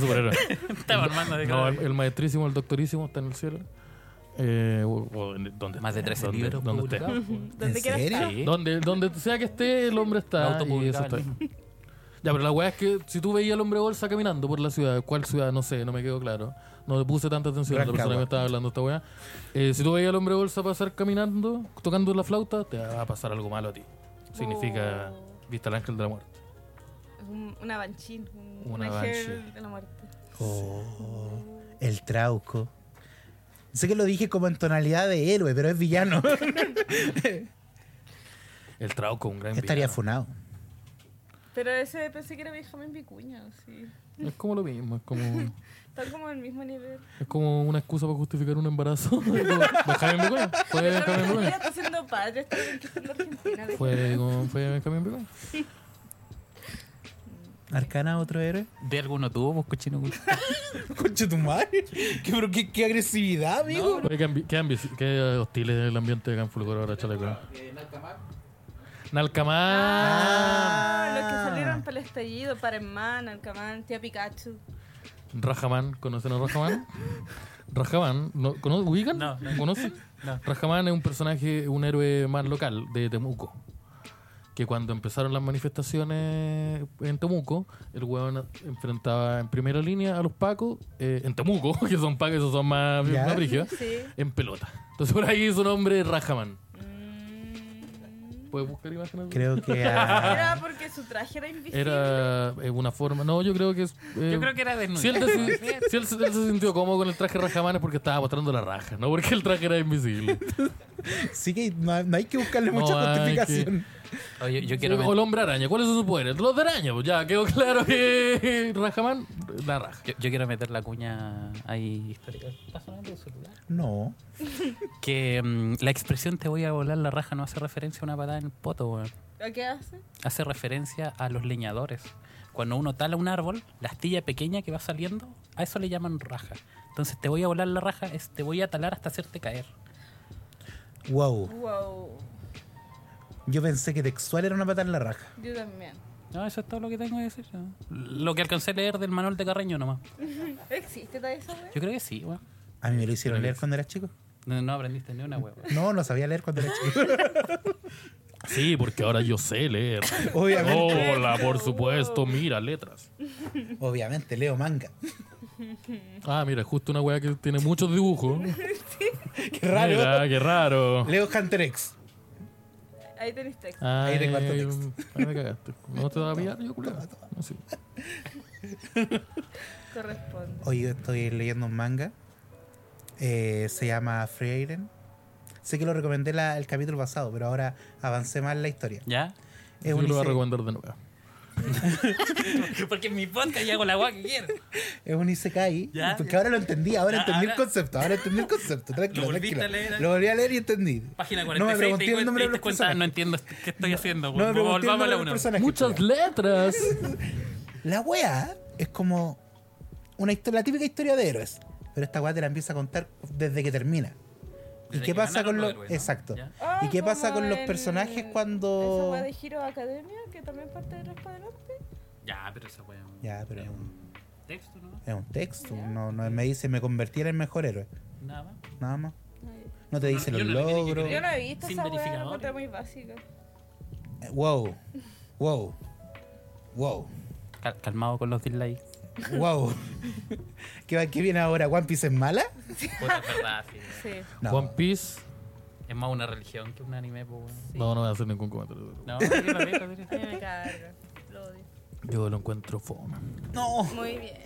[LAUGHS] superhéroe. Estaba armando de No, cada- el, el maestrísimo, el doctorísimo está en el cielo. Eh, o- o en- ¿dónde Más de esté, 13 donde- libros donde esté. publicados. pues. Donde ¿En quieras serio? estar. Sí. Donde, donde sea que esté, el hombre está. Y eso Autopublicado está. el mismo. Ya, pero la weá es que si tú veías al hombre bolsa caminando por la ciudad, ¿cuál ciudad? No sé, no me quedó claro. No le puse tanta atención a la persona que Rancagua. me estaba hablando esta weá. Eh, si tú veías al hombre bolsa pasar caminando, tocando la flauta, te va a pasar algo malo a ti. Significa, Oh. viste al ángel de la muerte. Es un- Una banchín. un- Una Una banshee. ángel de la muerte. Oh, el trauco. Sé que lo dije como en tonalidad de héroe, pero es villano. El trauco, un gran Estaría villano. funado. Pero ese pensé que era Benjamín Vicuña, sí. Es como lo mismo, es como, Están como al mismo nivel. Eh, es como "Pues, una excusa para justificar un embarazo. [LAUGHS] Benjamín Bucón, fue Pero Benjamín Benjamín Bucón. está haciendo compadres también que son de Argentina. de- Fue con fue Benjamín Bigón. ¿Arcana otro héroe? ¿De alguno tuvo, vos, [LAUGHS] cochino? culo? [LAUGHS] Concha tu madre. ¿Qué, pero qué, qué agresividad, amigo. Oye, qué, ambi- qué, ambi- qué hostil es el ambiente de Canfulgor ahora, chaleco. Nalcamán, Ah, los que salieron para el estallido, para Herman, Alcamán, Tía Pikachu. Rajaman, ¿conocen a Rajaman? Rajaman, ¿no, cono- ¿ubican? No, no. ¿Conocen? No. Rajaman es un personaje, un héroe más local de Temuco. Que cuando empezaron las manifestaciones en Temuco, el hueón enfrentaba en primera línea a los pacos, eh, en Temuco, [LAUGHS] que son pacos, esos son más, Ya. más brígidos, Sí. en pelota. Entonces por ahí su nombre es Rajaman. Mm. ¿Puedes buscar imágenes? Creo que [LAUGHS] a- Era porque su traje era invisible. Ah. Era eh, una forma. No, yo creo que es. eh, Yo creo que era desnudo. Si él, deci- si él se- él se sintió cómodo con el traje Rajaman es porque estaba mostrando la raja, no porque el traje era invisible. sí que no, no hay que buscarle No mucha hay que- justificación. [LAUGHS] Oye, yo quiero... o el hombre araña, ¿cuáles son sus poderes? Los de araña, pues ya quedó claro que Rajaman, la raja. Yo, yo quiero meter la cuña ahí histórica. ¿Está sonando el celular? No. Que mm, la expresión te voy a volar la raja no hace referencia a una patada en el poto, weón. ¿A qué hace? Hace referencia a los leñadores. Cuando uno tala un árbol, la astilla pequeña que va saliendo, a eso le llaman raja. Entonces te voy a volar la raja es te voy a talar hasta hacerte caer. Wow. Wow. Yo pensé que textual era una patada en la raja. Yo también. No, eso es todo lo que tengo que decir. ¿no? Lo que alcancé a leer del manual de Carreño nomás. ¿Existe tal esa wea? Yo creo que sí, weón. A mí me lo hicieron leer cuando era chico. No, no aprendiste ni una, weón. No, no sabía leer cuando era [LAUGHS] chico. Sí, porque ahora yo sé leer. [LAUGHS] Obviamente, Hola, por supuesto, mira, letras. obviamente leo manga. Ah, mira, justo una weá que tiene muchos dibujos. Qué [LAUGHS] raro. Mira, qué raro. Leo Hunter X. Ahí tenéis texto. Ahí tengo harto Ay, texto. Ahí me cagaste. No te va a pillar, yo culiao. No, sí. Corresponde. Hoy yo estoy leyendo un manga. Eh, se llama Freiren. Sé que lo recomendé la- el capítulo pasado, pero ahora avancé más en la historia. ¿Ya? Es Yo un, lo voy a ise- recomendar de nuevo. [LAUGHS] Porque en mi podcast yo hago la weá que quiero. es un isekai, Ya, porque ya. ahora lo entendí, ahora Ya, entendí el ahora- concepto, ahora entendí el concepto, tranquilo, Lo volviste tranquilo. a leer, ¿eh? Lo volví a leer y entendí. Página no me 46, pregunté te, el nombre de los cuenta, no personajes. entiendo este- qué estoy haciendo. pues, No me pregunté el Volvamos a nombre la de los uno. personajes. Muchas pero- letras. La wea es como una historia, la típica historia de héroes, pero esta wea te la empieza a contar desde que termina. ¿Y Desde qué que pasa ganaron con los los héroes, ¿no? exacto? Ya. Ah, ¿Y qué pasa como con los el- personajes Esa cuando wea de Giro Academia, que también parte de atrás para adelante. Ya, pero esa weá. es un- Ya, pero es es un un, texto, ¿no? es un texto, no, no me dice me convertí en el mejor héroe, Nada más. nada más. No te dice yo los no le tenía que logros. Yo no he visto Sin esa wea, la verificadores. encontré muy básica. Eh, Wow. Wow. Wow. Cal- calmado con los dislikes. [LAUGHS] Wow. ¿Qué, va- qué viene ahora? ¿One Piece es mala? Puta, es verdad, Sí. sí. No. One Piece. Es más una religión que un anime, pues, weón. No, no voy a hacer ningún comentario. No, yo lo veo, A mí me carga. Lo odio. Yo lo encuentro fome. No. Muy bien.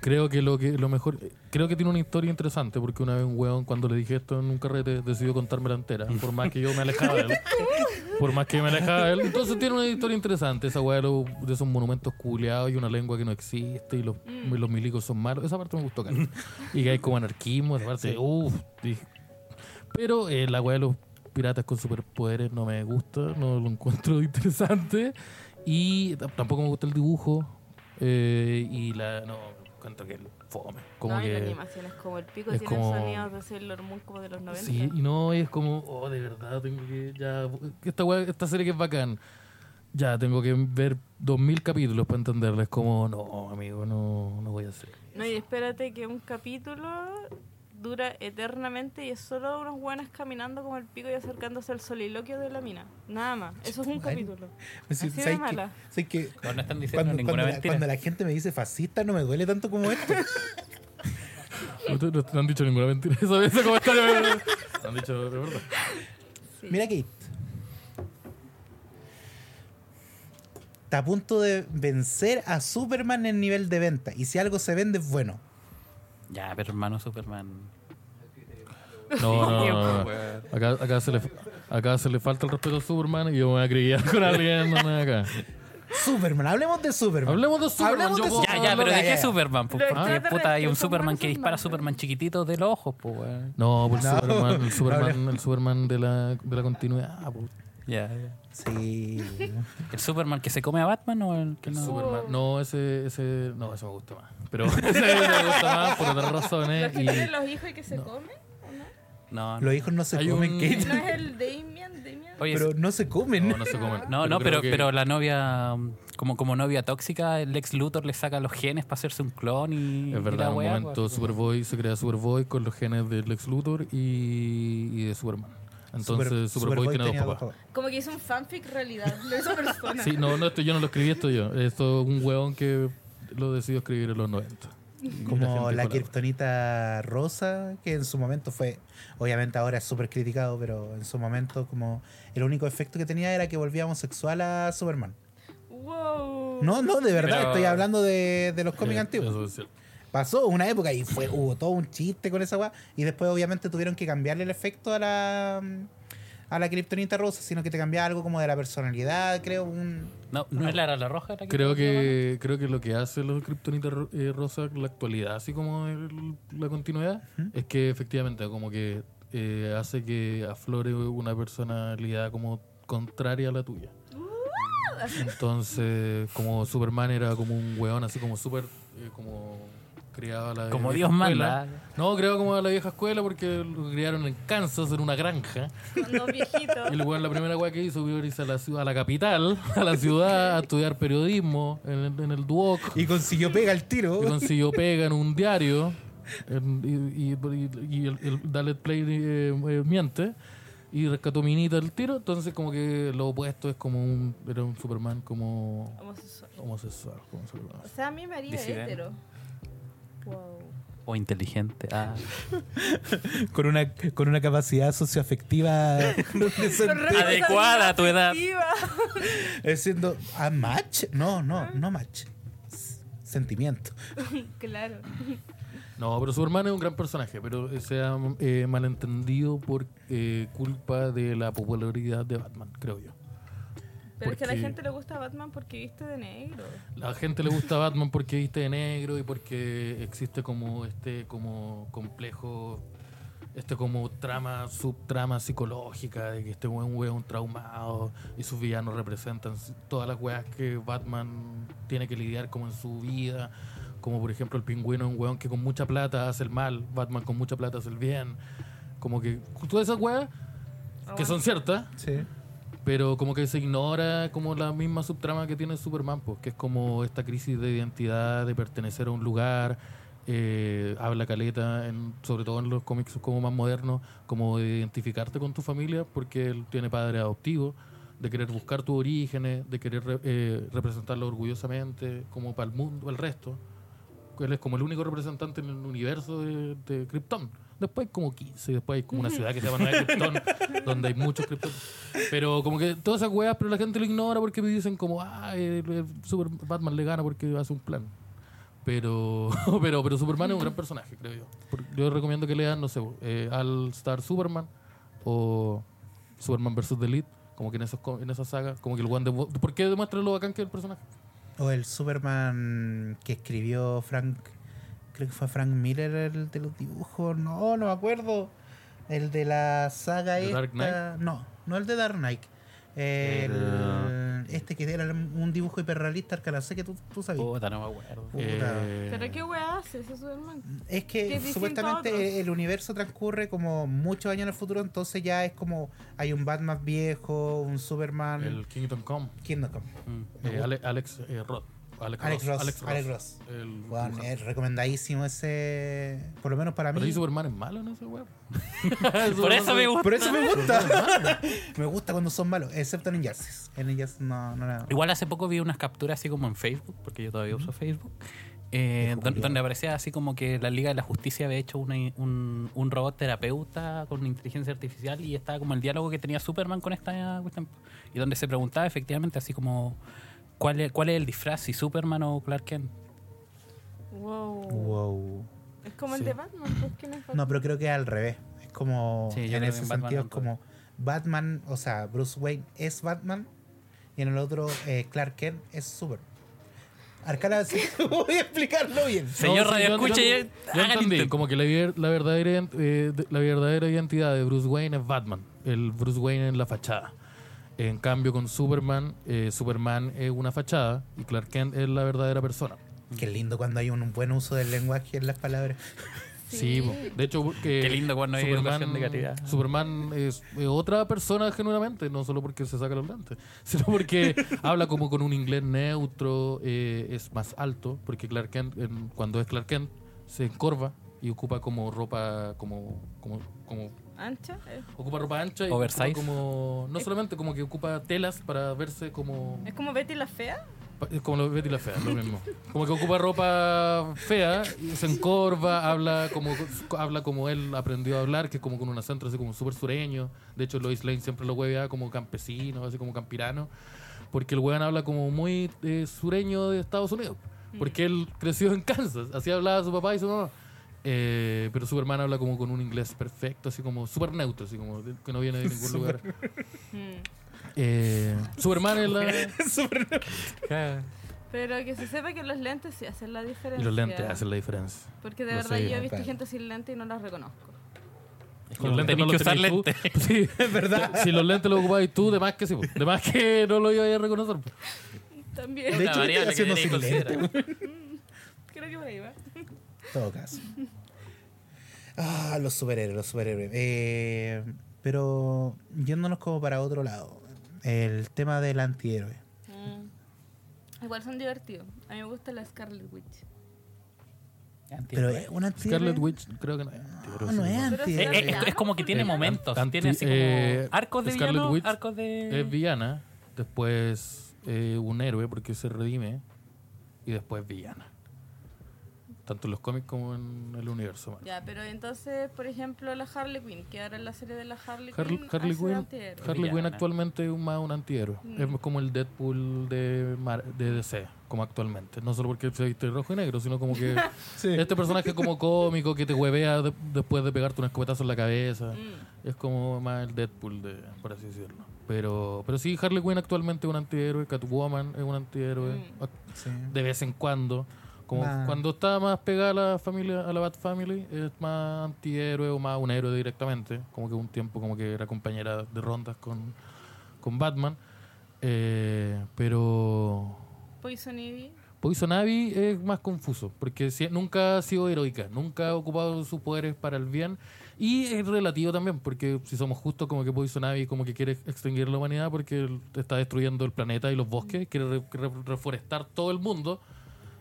Creo que lo que lo mejor. Creo que tiene una historia interesante porque una vez un weón, cuando le dije esto en un carrete, decidió contármela entera. Por más que yo me alejaba de él. Por más que me alejaba de él. Entonces tiene una historia interesante. Esa weá de, los- de esos monumentos culeados y una lengua que no existe y los, y los milicos son malos. Esa parte me gustó, cara. Y que hay como anarquismo. Esa parte, uff. dije. Pero eh, la weá de los piratas con superpoderes no me gusta. No lo encuentro [LAUGHS] interesante. Y t- tampoco me gusta el dibujo. eh, y la. No, encuentro que fome. Como no, y que. la animación es como el pico, es tiene como- sonidos de Sailor Moon como de los 90. Sí, y no, y es como, oh, de verdad, tengo que ya. Esta, wea- esta serie que es bacán, ya tengo que ver 2000 capítulos para entenderla. Es como, no, amigo, no, no voy a hacer. No, y espérate que un capítulo dura eternamente y es solo unos buenos caminando como el pico y acercándose al soliloquio de la mina. Nada más. Eso es un Bueno. capítulo. Pues Sí, Así de ¿sabes mala. qué? ¿sabes qué? No, no están diciendo Cuando, ninguna cuando la, mentira. cuando la gente me dice fascista no me duele tanto como [LAUGHS] esto. No, te- no te han dicho ninguna mentira. [LAUGHS] Esa ese comentario de verdad. No han dicho de verdad. Sí. Mira Kate. Está a punto de vencer a Superman en nivel de venta. Y si algo se vende es bueno. Ya, pero hermano Superman. No, no, no, no. Weón. Acá, acá, se le, acá se le falta el respeto a Superman y yo me voy a criar con alguien. No, no, acá. Superman, hablemos de Superman. Hablemos de Superman, Hablemos yo de puedo- Ya, ya, pero Ya, ¿de ya, qué ya. Superman? Pues, Lo porque extraterrestre, puta, hay un son Superman que buenos dispara a Superman. Superman chiquitito de los ojos, pues, weón. No, pues el No. Superman, el Superman, Hablemos. el Superman de la, de la continuidad. pues. Ya, ya. Sí. ¿El Superman que se come a Batman o el que no? Superman. No, ese, ese, no, ese me gusta más. Pero [LAUGHS] ese me gusta más por otras Los razones. que y- tienen los hijos y que se comen. No, no. Los hijos no se Hay comen, un- Kate. ¿No es el Damian? Damian? Oye, Pero no se comen. No, no se comen. No, no, pero, creo que- pero la novia, mm, como, como novia tóxica, el ex Luthor le saca los genes para hacerse un clon y. Es y la verdad, en un weá, momento pues. Superboy se crea Superboy con los genes del Lex Luthor y, y de Superman. Entonces Super- Superboy, tiene tenía dos papás. Como que hizo un fanfic realidad de esa persona. Sí, no, no, esto yo no lo escribí, esto yo. Esto es un hueón que lo decidió escribir en los 90. Como la que kriptonita rosa, que en su momento fue, obviamente ahora es súper criticado, pero en su momento como el único efecto que tenía era que volvía homosexual a Superman. Wow. No, no, de verdad, Pero- estoy hablando de, de los cómics antiguos. Pasó una época y fue, hubo todo un chiste con esa weá. Y después obviamente tuvieron que cambiarle el efecto a la a la kriptonita rosa, sino que te cambiaba algo como de la personalidad, creo, un No, no es la, la roja. era que- Creo que, creo que lo que hace los Kryptonita ro- eh, Rosa en la actualidad, así como el- la continuidad, es que efectivamente como que eh, hace que aflore una personalidad como contraria a la tuya. Entonces, como Superman era como un weón, así como súper, eh, como criado a la Como vieja Dios manda. escuela. No, creo como a la vieja escuela porque lo criaron en Kansas, en una granja. Con dos viejitos. Y [LAUGHS] el weón, la primera weá que hizo fue irse a la, ciudad, a la capital, a la ciudad, a estudiar periodismo en, el- en el Duoc. y consiguió pega el Y tiro. consiguió pega en un diario. en- y y- y- y el, el Dalet Play eh, eh, miente. Y rescató Minita el tiro. Entonces, como que lo opuesto es como un. Era un Superman como Homosexual. homosexual. Como Superman. O sea, a mí me haría Disidente. hétero. Wow. O inteligente. Ah. Con una con una capacidad [LAUGHS] socioafectiva Con decente. Adecuada a tu edad. Iba. Es siendo a match, no, no, no match. S- Sentimiento. Claro. No, pero Superman es un gran personaje. Pero se ha eh, malentendido por eh, culpa de la popularidad de Batman, creo yo. Pero es que a la Porque- gente le gusta Batman porque viste de negro. La gente le gusta Batman porque viste de negro y porque existe como este como complejo, este como trama, subtrama psicológica de que este buen un traumado y sus villanos representan s- todas las weas que Batman tiene que lidiar como en su vida. Como por ejemplo el pingüino es un weón que con mucha plata hace el mal, Batman con mucha plata hace el bien. Como que todas esas weas que son ciertas, Sí. pero como que se ignora como la misma subtrama que tiene Superman, pues, que es como esta crisis de identidad, de pertenecer a un lugar, eh, habla caleta, en, sobre todo en los cómics como más modernos, como de identificarte con tu familia, porque él tiene padre adoptivo, de querer buscar tus orígenes, de querer re- eh, representarlo orgullosamente, como para el mundo, para el resto. Él es como el único representante en el universo de, de Krypton. Después hay como 15, y después hay como una ciudad que se llama Nueva Krypton, donde hay muchos Krypton. Pero como que todas esas weas, pero la gente lo ignora porque me dicen como, ah, el- el Super Batman le gana porque hace un plan. Pero, [LAUGHS] pero, pero Superman es un gran personaje, creo yo. Por- Yo recomiendo que lean, no sé, eh, All Star Superman o Superman vs. The Elite, como que en, esos, co- en esa saga, como que el one de... Bo- ¿Por qué demuestra lo bacán que es el personaje? O el Superman que escribió Frank, creo que fue Frank Miller el de los dibujos, no, no me acuerdo. El de la saga ¿The esta- Dark Knight? No, no el de Dark Knight. El, Este que era un dibujo hiperrealista, Arcalacé, que tú, tú sabías. Puta, no me [LAUGHS] acuerdo. Puta. Eh, ¿Pero qué weá hace ese Superman? Es que Que es distinto a otros. supuestamente el, el universo transcurre como muchos años en el futuro, entonces ya es como hay un Batman viejo, un Superman... el Kingdom Come. Kingdom Come. Mm. Me Eh, gusta. Ale- Alex eh, Roth. Alex, Alex Ross, Ross, Alex Ross. Alex Ross. El- Bueno, es recomendadísimo ese, por lo menos para mí. Pero [LAUGHS] ahí Superman es malo en ese web. Por eso me gusta. Por eso me gusta. [LAUGHS] me gusta cuando son malos, excepto en Injustice. En Injustice no, no, no. Igual hace poco vi unas capturas así como en Facebook, porque yo todavía uso Facebook, eh, don- donde aparecía así como que la Liga de la Justicia había hecho una- un, un robot terapeuta con inteligencia artificial y estaba como el diálogo que tenía Superman con esta cuestión. Y donde se preguntaba efectivamente así como cuál es, cuál es el disfraz, si Superman o Clark Kent. Wow. Wow. Es como el Sí. de Batman, pues ¿quién es Batman? No, pero creo que es al revés. Es como Sí, yo en creo ese que en Batman sentido es no como Batman, o sea, Bruce Wayne es Batman Y en el otro, eh, Clark Kent es Superman. Arcana, [LAUGHS] sí, voy a explicarlo bien. Señor sí, Radio yo- Escucha, yo- eh, yo haga el entendí, intento. como que la, vier- la verdadera, ident- eh, de- la verdadera identidad de Bruce Wayne es Batman, el Bruce Wayne en la fachada. En cambio, con Superman, eh, Superman es una fachada y Clark Kent es la verdadera persona. Qué lindo cuando hay un buen uso del lenguaje en las palabras. Sí, po. de hecho, que Qué lindo cuando hay educación de calidad. Superman es, es otra persona genuinamente, no solo porque se saca los lentes, [LAUGHS] sino porque habla como con un inglés neutro, eh, es más alto, porque Clark Kent, en- cuando es Clark Kent, se encorva y ocupa como ropa, como, como, como ¿Ancha? eh. ocupa ropa ancha y Oversize. ocupa como no solamente como que ocupa telas para verse como ¿Es como Betty la fea? Pa- es Como lo Betty la fea, lo mismo. Como que ocupa ropa fea, y se encorva, habla como habla como él aprendió a hablar, que es como con un acento así como súper sureño. De hecho, Lois Lane siempre lo huevea como campesino, así como campirano, porque el weón habla como muy eh, sureño de Estados Unidos, porque él creció en Kansas, así hablaba su papá y su mamá. Eh, pero Superman habla como con un inglés perfecto, así como súper neutro, así como de- que no viene de ningún lugar. Mm. Eh, Superman es la... Superman. Pero que se sepa que los lentes sí hacen la diferencia. Y los lentes hacen la diferencia. Porque de lo verdad sé, yo he visto claro. gente sin lentes y no las reconozco. Los lentes Tenés no que los usar tenés tú. lentes. [LAUGHS] Sí. Es verdad. Si los lentes los ocupabas tú, de más que sí, po. de más que [LAUGHS] no lo ibas a reconocer. pues. po. [LAUGHS] De También. hecho, este yo estoy haciendo sin lente. Creo que por ahí va. todo caso. Ah, los superhéroes, los superhéroes. Eh, pero yéndonos como para otro lado. El tema del antihéroe. Mm. Igual son divertidos. A mí me gusta la Scarlet Witch. Pero es un antihéroe. Ah, Scarlet Witch, creo que no. Ah, No, no es Eh, eh, antihéroe. es, es como que tiene momentos, Anti- tiene así como eh, arcos de Scarlet villano, Witch Eh, arcos de... Es villana, después eh, un héroe porque se redime y después villana. Tanto en los cómics como en el universo. man. Ya, pero entonces, por ejemplo, la Harley Quinn, que ahora en la serie de la Harley Har- Quinn Harley hace de Quinn, antihéroe. Mm. Harley Quinn Villana. actualmente es un- más un antihéroe. Es como el Deadpool de, Mar- de DC, como actualmente. No solo porque se viste rojo y negro, sino [LAUGHS] como que este personaje como cómico que te huevea de- después de pegarte un escopetazo en la cabeza. Es como más el Deadpool, de, por así decirlo. Pero, pero sí, Harley Quinn actualmente es un antihéroe, Catwoman es un antihéroe. Ac- Sí. De vez en cuando. Como Más- cuando está más pegada a la familia, a la Bat Family, es más antihéroe o más un héroe directamente. Como que un tiempo como que era compañera de rondas con, con Batman. Eh, pero Poison Ivy. Poison Ivy es más confuso, porque si- nunca ha sido heroica, nunca ha ocupado sus poderes para el bien. Y es relativo también, porque si somos justos, como que Poison Ivy como que quiere extinguir la humanidad porque el- está destruyendo el planeta y los bosques, quiere re- re- reforestar todo el mundo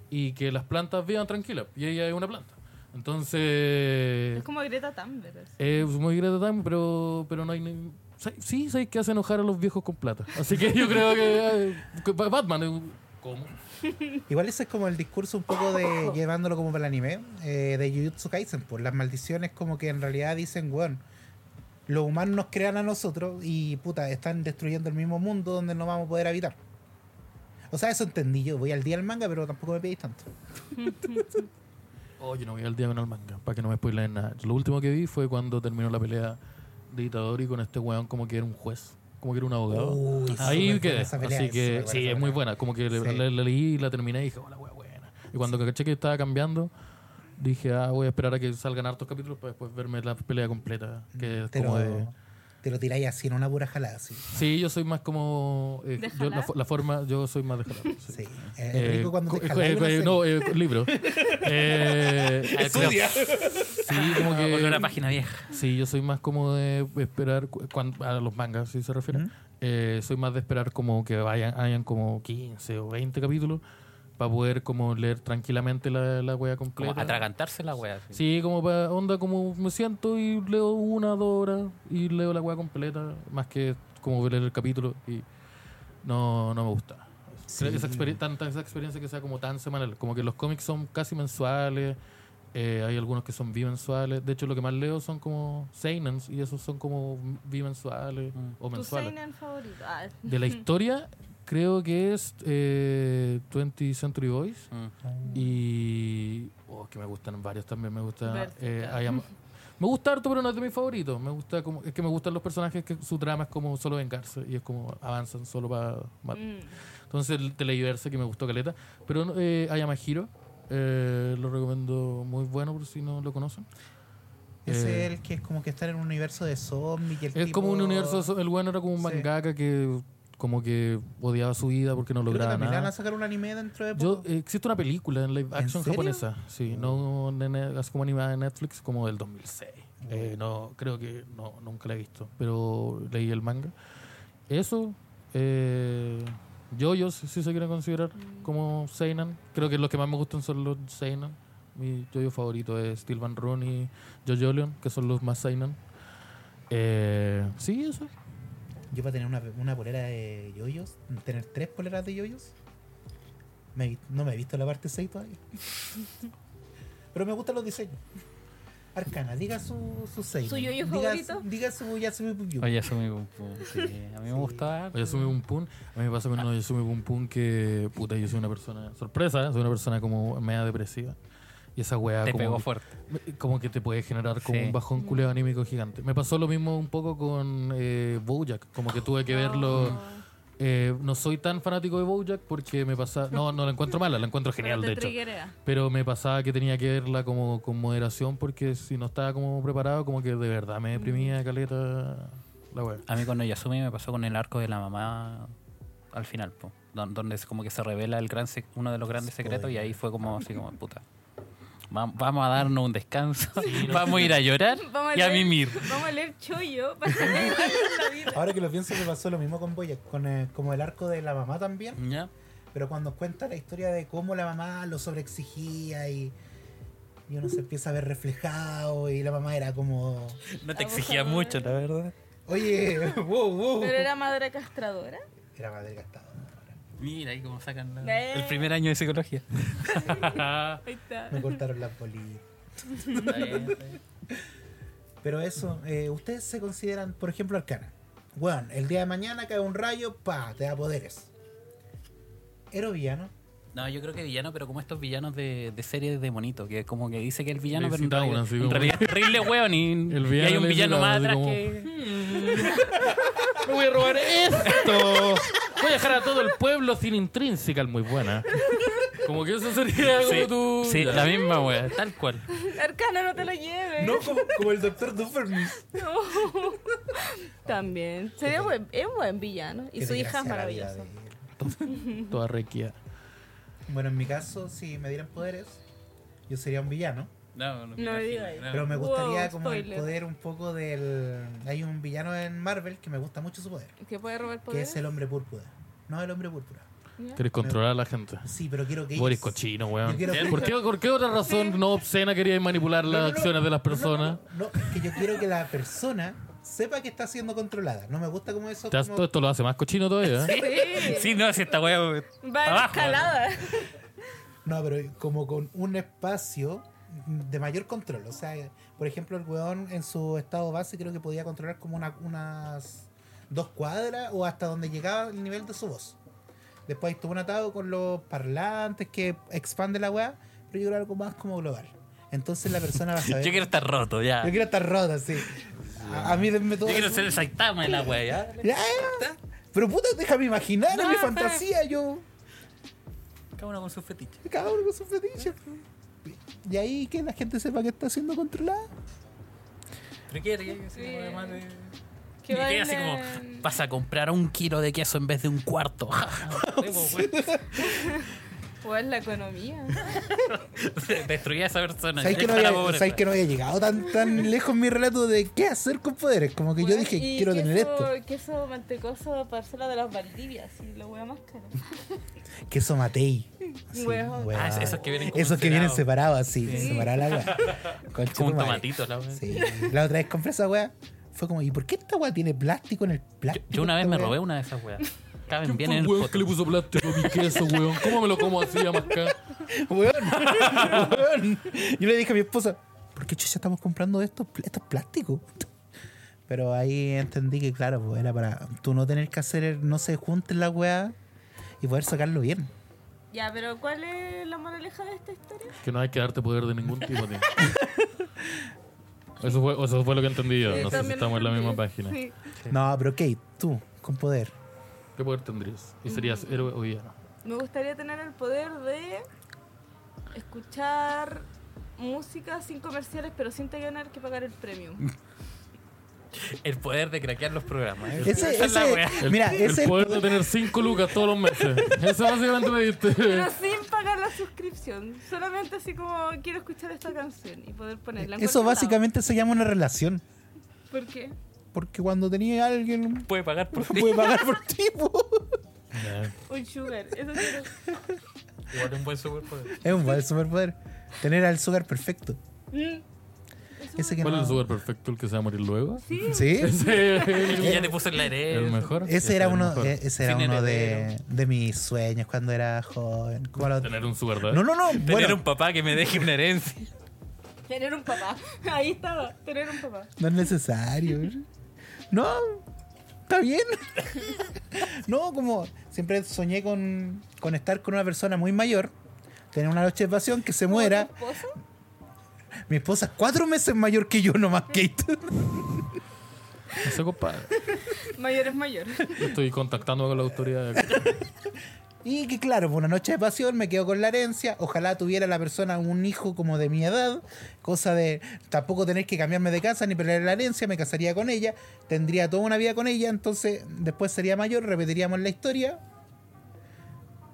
y que las plantas vivan tranquilas. Y ella es una planta. Entonces... Es como Greta Thunberg. así. Es muy Greta Thunberg, pero, pero no hay... ni- sí- Sí, sabéis que hace enojar a los viejos con plata. Así que yo creo que... eh, que Batman es... un- ¿Cómo? Igual ese es como el discurso un poco de llevándolo como para el anime eh, de Jujutsu Kaisen, por las maldiciones como que en realidad dicen, weón, los humanos nos crean a nosotros y puta, están destruyendo el mismo mundo donde no vamos a poder habitar. O sea, eso entendí yo, voy al día del manga, pero tampoco me pedís tanto. Oh, yo no vi al día con el manga, para que no me spoilen nada. Lo último que vi fue cuando terminó la pelea de Itadori con este weón como que era un juez, como que era un abogado. Uy, Ahí Oh, súper quedé. buena esa pelea, Así que súper buena sí, esa es muy pelea. buena. Como que le- Sí. la, la leí y la terminé y dije, hola, weón, buena. Y cuando caché que estaba cambiando, dije, ah, voy a esperar a que salgan hartos capítulos para después verme la pelea completa. Que es Te como lo, de... te lo tiráis así en una pura jalada, así. Sí, yo soy más como... eh, ¿De yo- la, jalar? fo- la forma, yo soy más de [LAUGHS] jalar. sí. Sí. Es Eh, rico cuando cu- te eh, jaláis eh, una no, [LAUGHS] eh, libro. Ah, Eh, Sí, como Ah, que volver a la página vieja. [LAUGHS] Sí, yo soy más como de esperar cu- cuan- a los mangas, si se refiere. Eh, soy más de esperar como que vayan, hayan como 15 o 20 capítulos para poder como leer tranquilamente la, la wea Como completa. atragantarse la wea. así. Sí, como para onda, como me siento y leo una, dos horas y leo la wea completa, más que como leer el capítulo y no, no me gusta. Creo que esa, experien- tanta esa experiencia que sea como tan semanal, como que los cómics son casi mensuales, eh, hay algunos que son bimensuales, de hecho lo que más leo son como seinens y esos son como bimensuales o Tu mensuales. seinen favorito. Ah, es- De la historia creo que es eh, 20th Century Boys. Mm. Y. Oh, que me gustan varios también. Me gusta. Vertical. [LAUGHS] Eh, I am- Me gusta harto, pero no es de mis favoritos. Me gusta como, es que me gustan los personajes que su trama es como solo vengarse y es como avanzan solo para Mm. entonces el televerse que me gustó caleta. Pero eh, Ayamahiro, eh, lo recomiendo muy bueno por si no lo conocen. Es Eh, el que es como que estar en un universo de zombies. y el Es tipo- como un universo, so- el bueno era como un Sí. mangaka que como que odiaba su vida porque no Creo que lograba también le van nada. a sacar un anime dentro de Yo, poco. eh, existe una película en live action serio? Mm. japonesa, sí, no de ne- así como animada de Netflix, como del 2006. Eh, no, creo que no, nunca la he visto, pero leí el manga. Eso, eh, yoyos, si se quieren considerar como Seinan. Creo que los que más me gustan son los Seinan. Mi yoyo favorito es Steel Van Run y Jojo Leon, que son los más Seinan. Eh, sí, eso. Yo para tener una, una polera de yoyos, tener tres poleras de yoyos, me- no me he visto la parte 6 todavía. [LAUGHS] Pero me gustan los diseños. Arcana, diga su, su 6. ¿Su yoyo diga, favorito? Diga su Yasumi Pupiu. Ah, Oye, Yasumi Pum Pum, sí. A mí me gustaba. Yasumi Pum Pum. A mí me pasa con uno de Yasumi Pum Pum que, puta, yo soy una persona, sorpresa, ¿eh? soy una persona como media depresiva. Y esa weá Te como, pegó que- fuerte. como que te puede generar como Sí. un bajón culeo anímico gigante. Me pasó lo mismo un poco con eh, Bojack, como que tuve que verlo. Oh. eh, no soy tan fanático de Bojack porque me pasa. No, no la encuentro mala, la encuentro genial, de hecho. Pero me pasaba que tenía que verla como con moderación porque si no estaba como preparado, como que de verdad me deprimía caleta la weá. A mí con Yasumi me pasó con el arco de la mamá al final, po, don- donde es como que se revela el gran sec- uno de los grandes secretos y ahí fue como así como puta. va- Vamos a darnos un descanso, [LAUGHS] vamos a ir a llorar [LAUGHS] Vamos a y a leer. mimir. Vamos a leer Choyo [LAUGHS] para saber cuál es la vida. Ahora que lo pienso, me pasó lo mismo con Boyac, con eh, como el arco de la mamá también. ¿Ya? Pero cuando cuenta la historia de cómo la mamá lo sobreexigía y, y uno se empieza a ver reflejado y la mamá era como, No te exigía mucho, la verdad. oye, [LAUGHS] wow, wow. Pero era madre castradora. Era madre gastada. Mira ahí cómo sacan la- Eh. el primer año [LAUGHS] de psicología. [LAUGHS] Ahí está. Me cortaron las bolitas. Está bien, está bien. Pero eso, eh, ustedes se consideran, por ejemplo, arcana. Bueno, el día de mañana cae un rayo, pa, te da poderes. Ero villano. No, yo creo que villano, pero como estos villanos de, de series de monito, que como que dice que es villano, Sí, pero en sí, está bueno, realidad, así en como- realidad es terrible weón y, y villano hay un le dice villano la- más así atrás como- que... [LAUGHS] Me voy a robar esto. Voy a dejar a todo el pueblo sin intrínseca, muy buena. Como que eso sería como tu. Sí, Ya. la misma wea, tal cual. Arcana, no te lo lleves. No, como, como el doctor Duffermis. No. También. Sería buen, es buen villano. Y Qué su hija es desgracia la vida maravillosa. de él. Toda requia. Bueno, en mi caso, si me dieran poderes, yo sería un villano. No, no, No me digas Ah. eso. Pero me gustaría Wow, como el spoiler. poder un poco del... Hay un villano en Marvel que me gusta mucho su poder, ¿Qué puede robar que poder? es el hombre púrpura. No el hombre púrpura. Quieres controlar a la gente. Sí, pero quiero que... ellos- Boris cochino, weón. Yo quiero- ¿Por qué, por qué otra razón no obscena querías manipular No, las no, no. acciones de las personas? No, no, es que yo quiero que la persona sepa que está siendo controlada. No me gusta como eso. Te has- como- Todo esto lo hace más cochino todavía. ¿eh? Sí. Sí, no, si esta wea wea, Va en abajo. escalada. No, pero como con un espacio de mayor control. O sea, por ejemplo, el weón en su estado base creo que podía controlar como una- unas dos cuadras o hasta donde llegaba el nivel de su voz. Después estuvo un atado con los parlantes que expande la weá, pero yo quiero algo más como global. Entonces la persona [LAUGHS] va a Yo saber. quiero estar roto, ya. Yo Yo quiero estar rota, sí. A, a mí denme todo. quiero eso. ser el Saitama de la wea, ya. Ya, ya. Pero puta, déjame imaginar en No, mi espera. fantasía, yo. Cada uno con su fetiche. Cada uno con su fetiche. Y ahí que la gente sepa que está siendo controlada. Pero quiere, quiere, así como Sí. además de- Que Y queda así bailen. como, vas a comprar un kilo de queso en vez de un cuarto. O es la economía. [LAUGHS] Destruía a esa persona. ¿Sabéis que, no Deja la había, pobreza. sabéis que no había llegado tan, pues. tan lejos mi relato de qué hacer con poderes? Como que yo Weón, dije, y quiero tener queso- esto. Queso mantecoso, parcela de las Valdivias. Y la wea más cara. Queso [LAUGHS] matei. Sí, Huevo. weá. Ah, esos que vienen como Esos que vienen separados, así. Sí. Separada la [LAUGHS] weá. Concha tu Como un madre. tomatito, la wea. Sí. La otra vez compré esa weá. Fue como, ¿y por qué esta weá tiene plástico en el Yo, plástico? yo una vez esta me weá? robé una de esas weas. Caben ¿Quién bien fue en el el weón que le foto. puso plástico a mi queso, weón? ¿Cómo me lo como así a mascar? Weón, [LAUGHS] weón. Yo le dije a mi esposa, ¿por qué chucha estamos comprando esto? Esto es plástico. Pero ahí entendí que, claro, pues era para tú no tener que hacer, el- no se junten la weá y poder sacarlo bien. Ya, pero ¿cuál es la moraleja de esta historia? [LAUGHS] Que no hay que darte poder de ningún tipo, tío. Eso fue, eso fue lo que entendí yo. No sé si Eh, También estamos en la misma entendí. página. Sí. No, pero Kate, tú, con poder. ¿Qué poder tendrías? ¿Y serías Mm. héroe o villano? Me gustaría tener el poder de escuchar música sin comerciales, pero sin tener que pagar el premium. El poder de craquear los programas. ¿eh? Ese, Esa es la ese- wea. El, mira, el ese poder de tener 5 lucas todos [LAUGHS] los meses. Eso básicamente me diste. Pero sin pagar la suscripción. Solamente así como quiero escuchar esta canción y poder ponerla. en Eso cualquier lado. básicamente se llama una relación. ¿Por qué? Porque cuando tenía a alguien, Puede pagar [LAUGHS] por ti. puede pagar por ti. po. Un sugar. Eso quiero. Igual un buen superpoder. Es un buen superpoder. Tener al sugar perfecto. Mm. Eso Ese que ¿Cuál es no- el super perfecto? ¿El que se va a morir luego? [LAUGHS] Sí. Sí. Ese es Y ya el, te puse en la herencia. el mejor. Ese era el uno, mejor. eh, ese era Sin uno de, heredero. de mis sueños cuando era joven. Como a los- Tener un super No, no, no. Tener Bueno, un papá que me deje una herencia. Tener un papá. [LAUGHS] Ahí estaba. Tener un papá. No es necesario. No, está bien. No, como siempre soñé con, con estar con una persona muy mayor, tener una noche de pasión, que se muera. ¿Tu esposo? Mi esposa es cuatro meses mayor que yo, nomás Kate. Ese compadre. Mayor es mayor. [LAUGHS] Yo estoy contactando con la autoridad. Y que claro, por una noche de pasión me quedo con la herencia. Ojalá tuviera la persona un hijo como de mi edad. Cosa de tampoco tener que cambiarme de casa ni perder la herencia. Me casaría con ella. Tendría toda una vida con ella. Entonces después sería mayor. Repetiríamos la historia.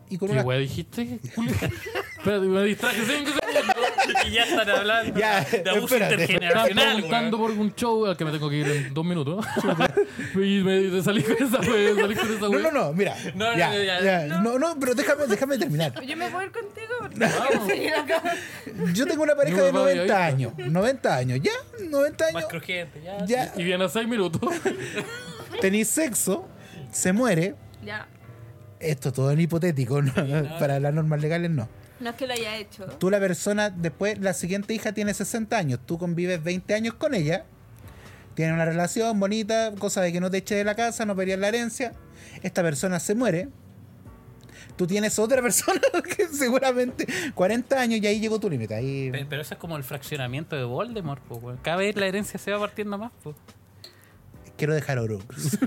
Y con ¿Qué una... [LAUGHS] wea dijiste? Espérate, me distraje cinco segundos. [LAUGHS] Y ya están hablando Ya, de abuso espérate. Me Estaba intergeneracional. preguntando weón. por un show al que me tengo que ir en dos minutos. [LAUGHS] y me salí con esa wea. Salí con esa No, wea. no, no, mira. No, no, ya, no, ya, ya. no, no, pero déjame, déjame terminar. Yo me voy a ir contigo porque no [LAUGHS] quiero seguir acá. Yo tengo una pareja Yo me de voy a 90 ir. años. 90 años, ya, 90 Más años. crujiente, ya. Ya, Y viene a seis minutos. tenéis sexo, se muere. Ya. Esto todo en hipotético, ¿no? para las normas legales no. No es que lo haya hecho. Tú la persona, después la siguiente hija tiene 60 años, tú convives 20 años con ella, tienen una relación bonita, cosa de que no te eche de la casa, no peleas la herencia, esta persona se muere, tú tienes otra [LAUGHS] persona que seguramente 40 años y ahí llegó tu límite, ahí... Pe- Pero eso es como el fraccionamiento de Voldemort, po, weón. Cada vez la herencia se va partiendo más, po. Quiero dejar [LAUGHS] Horcrux.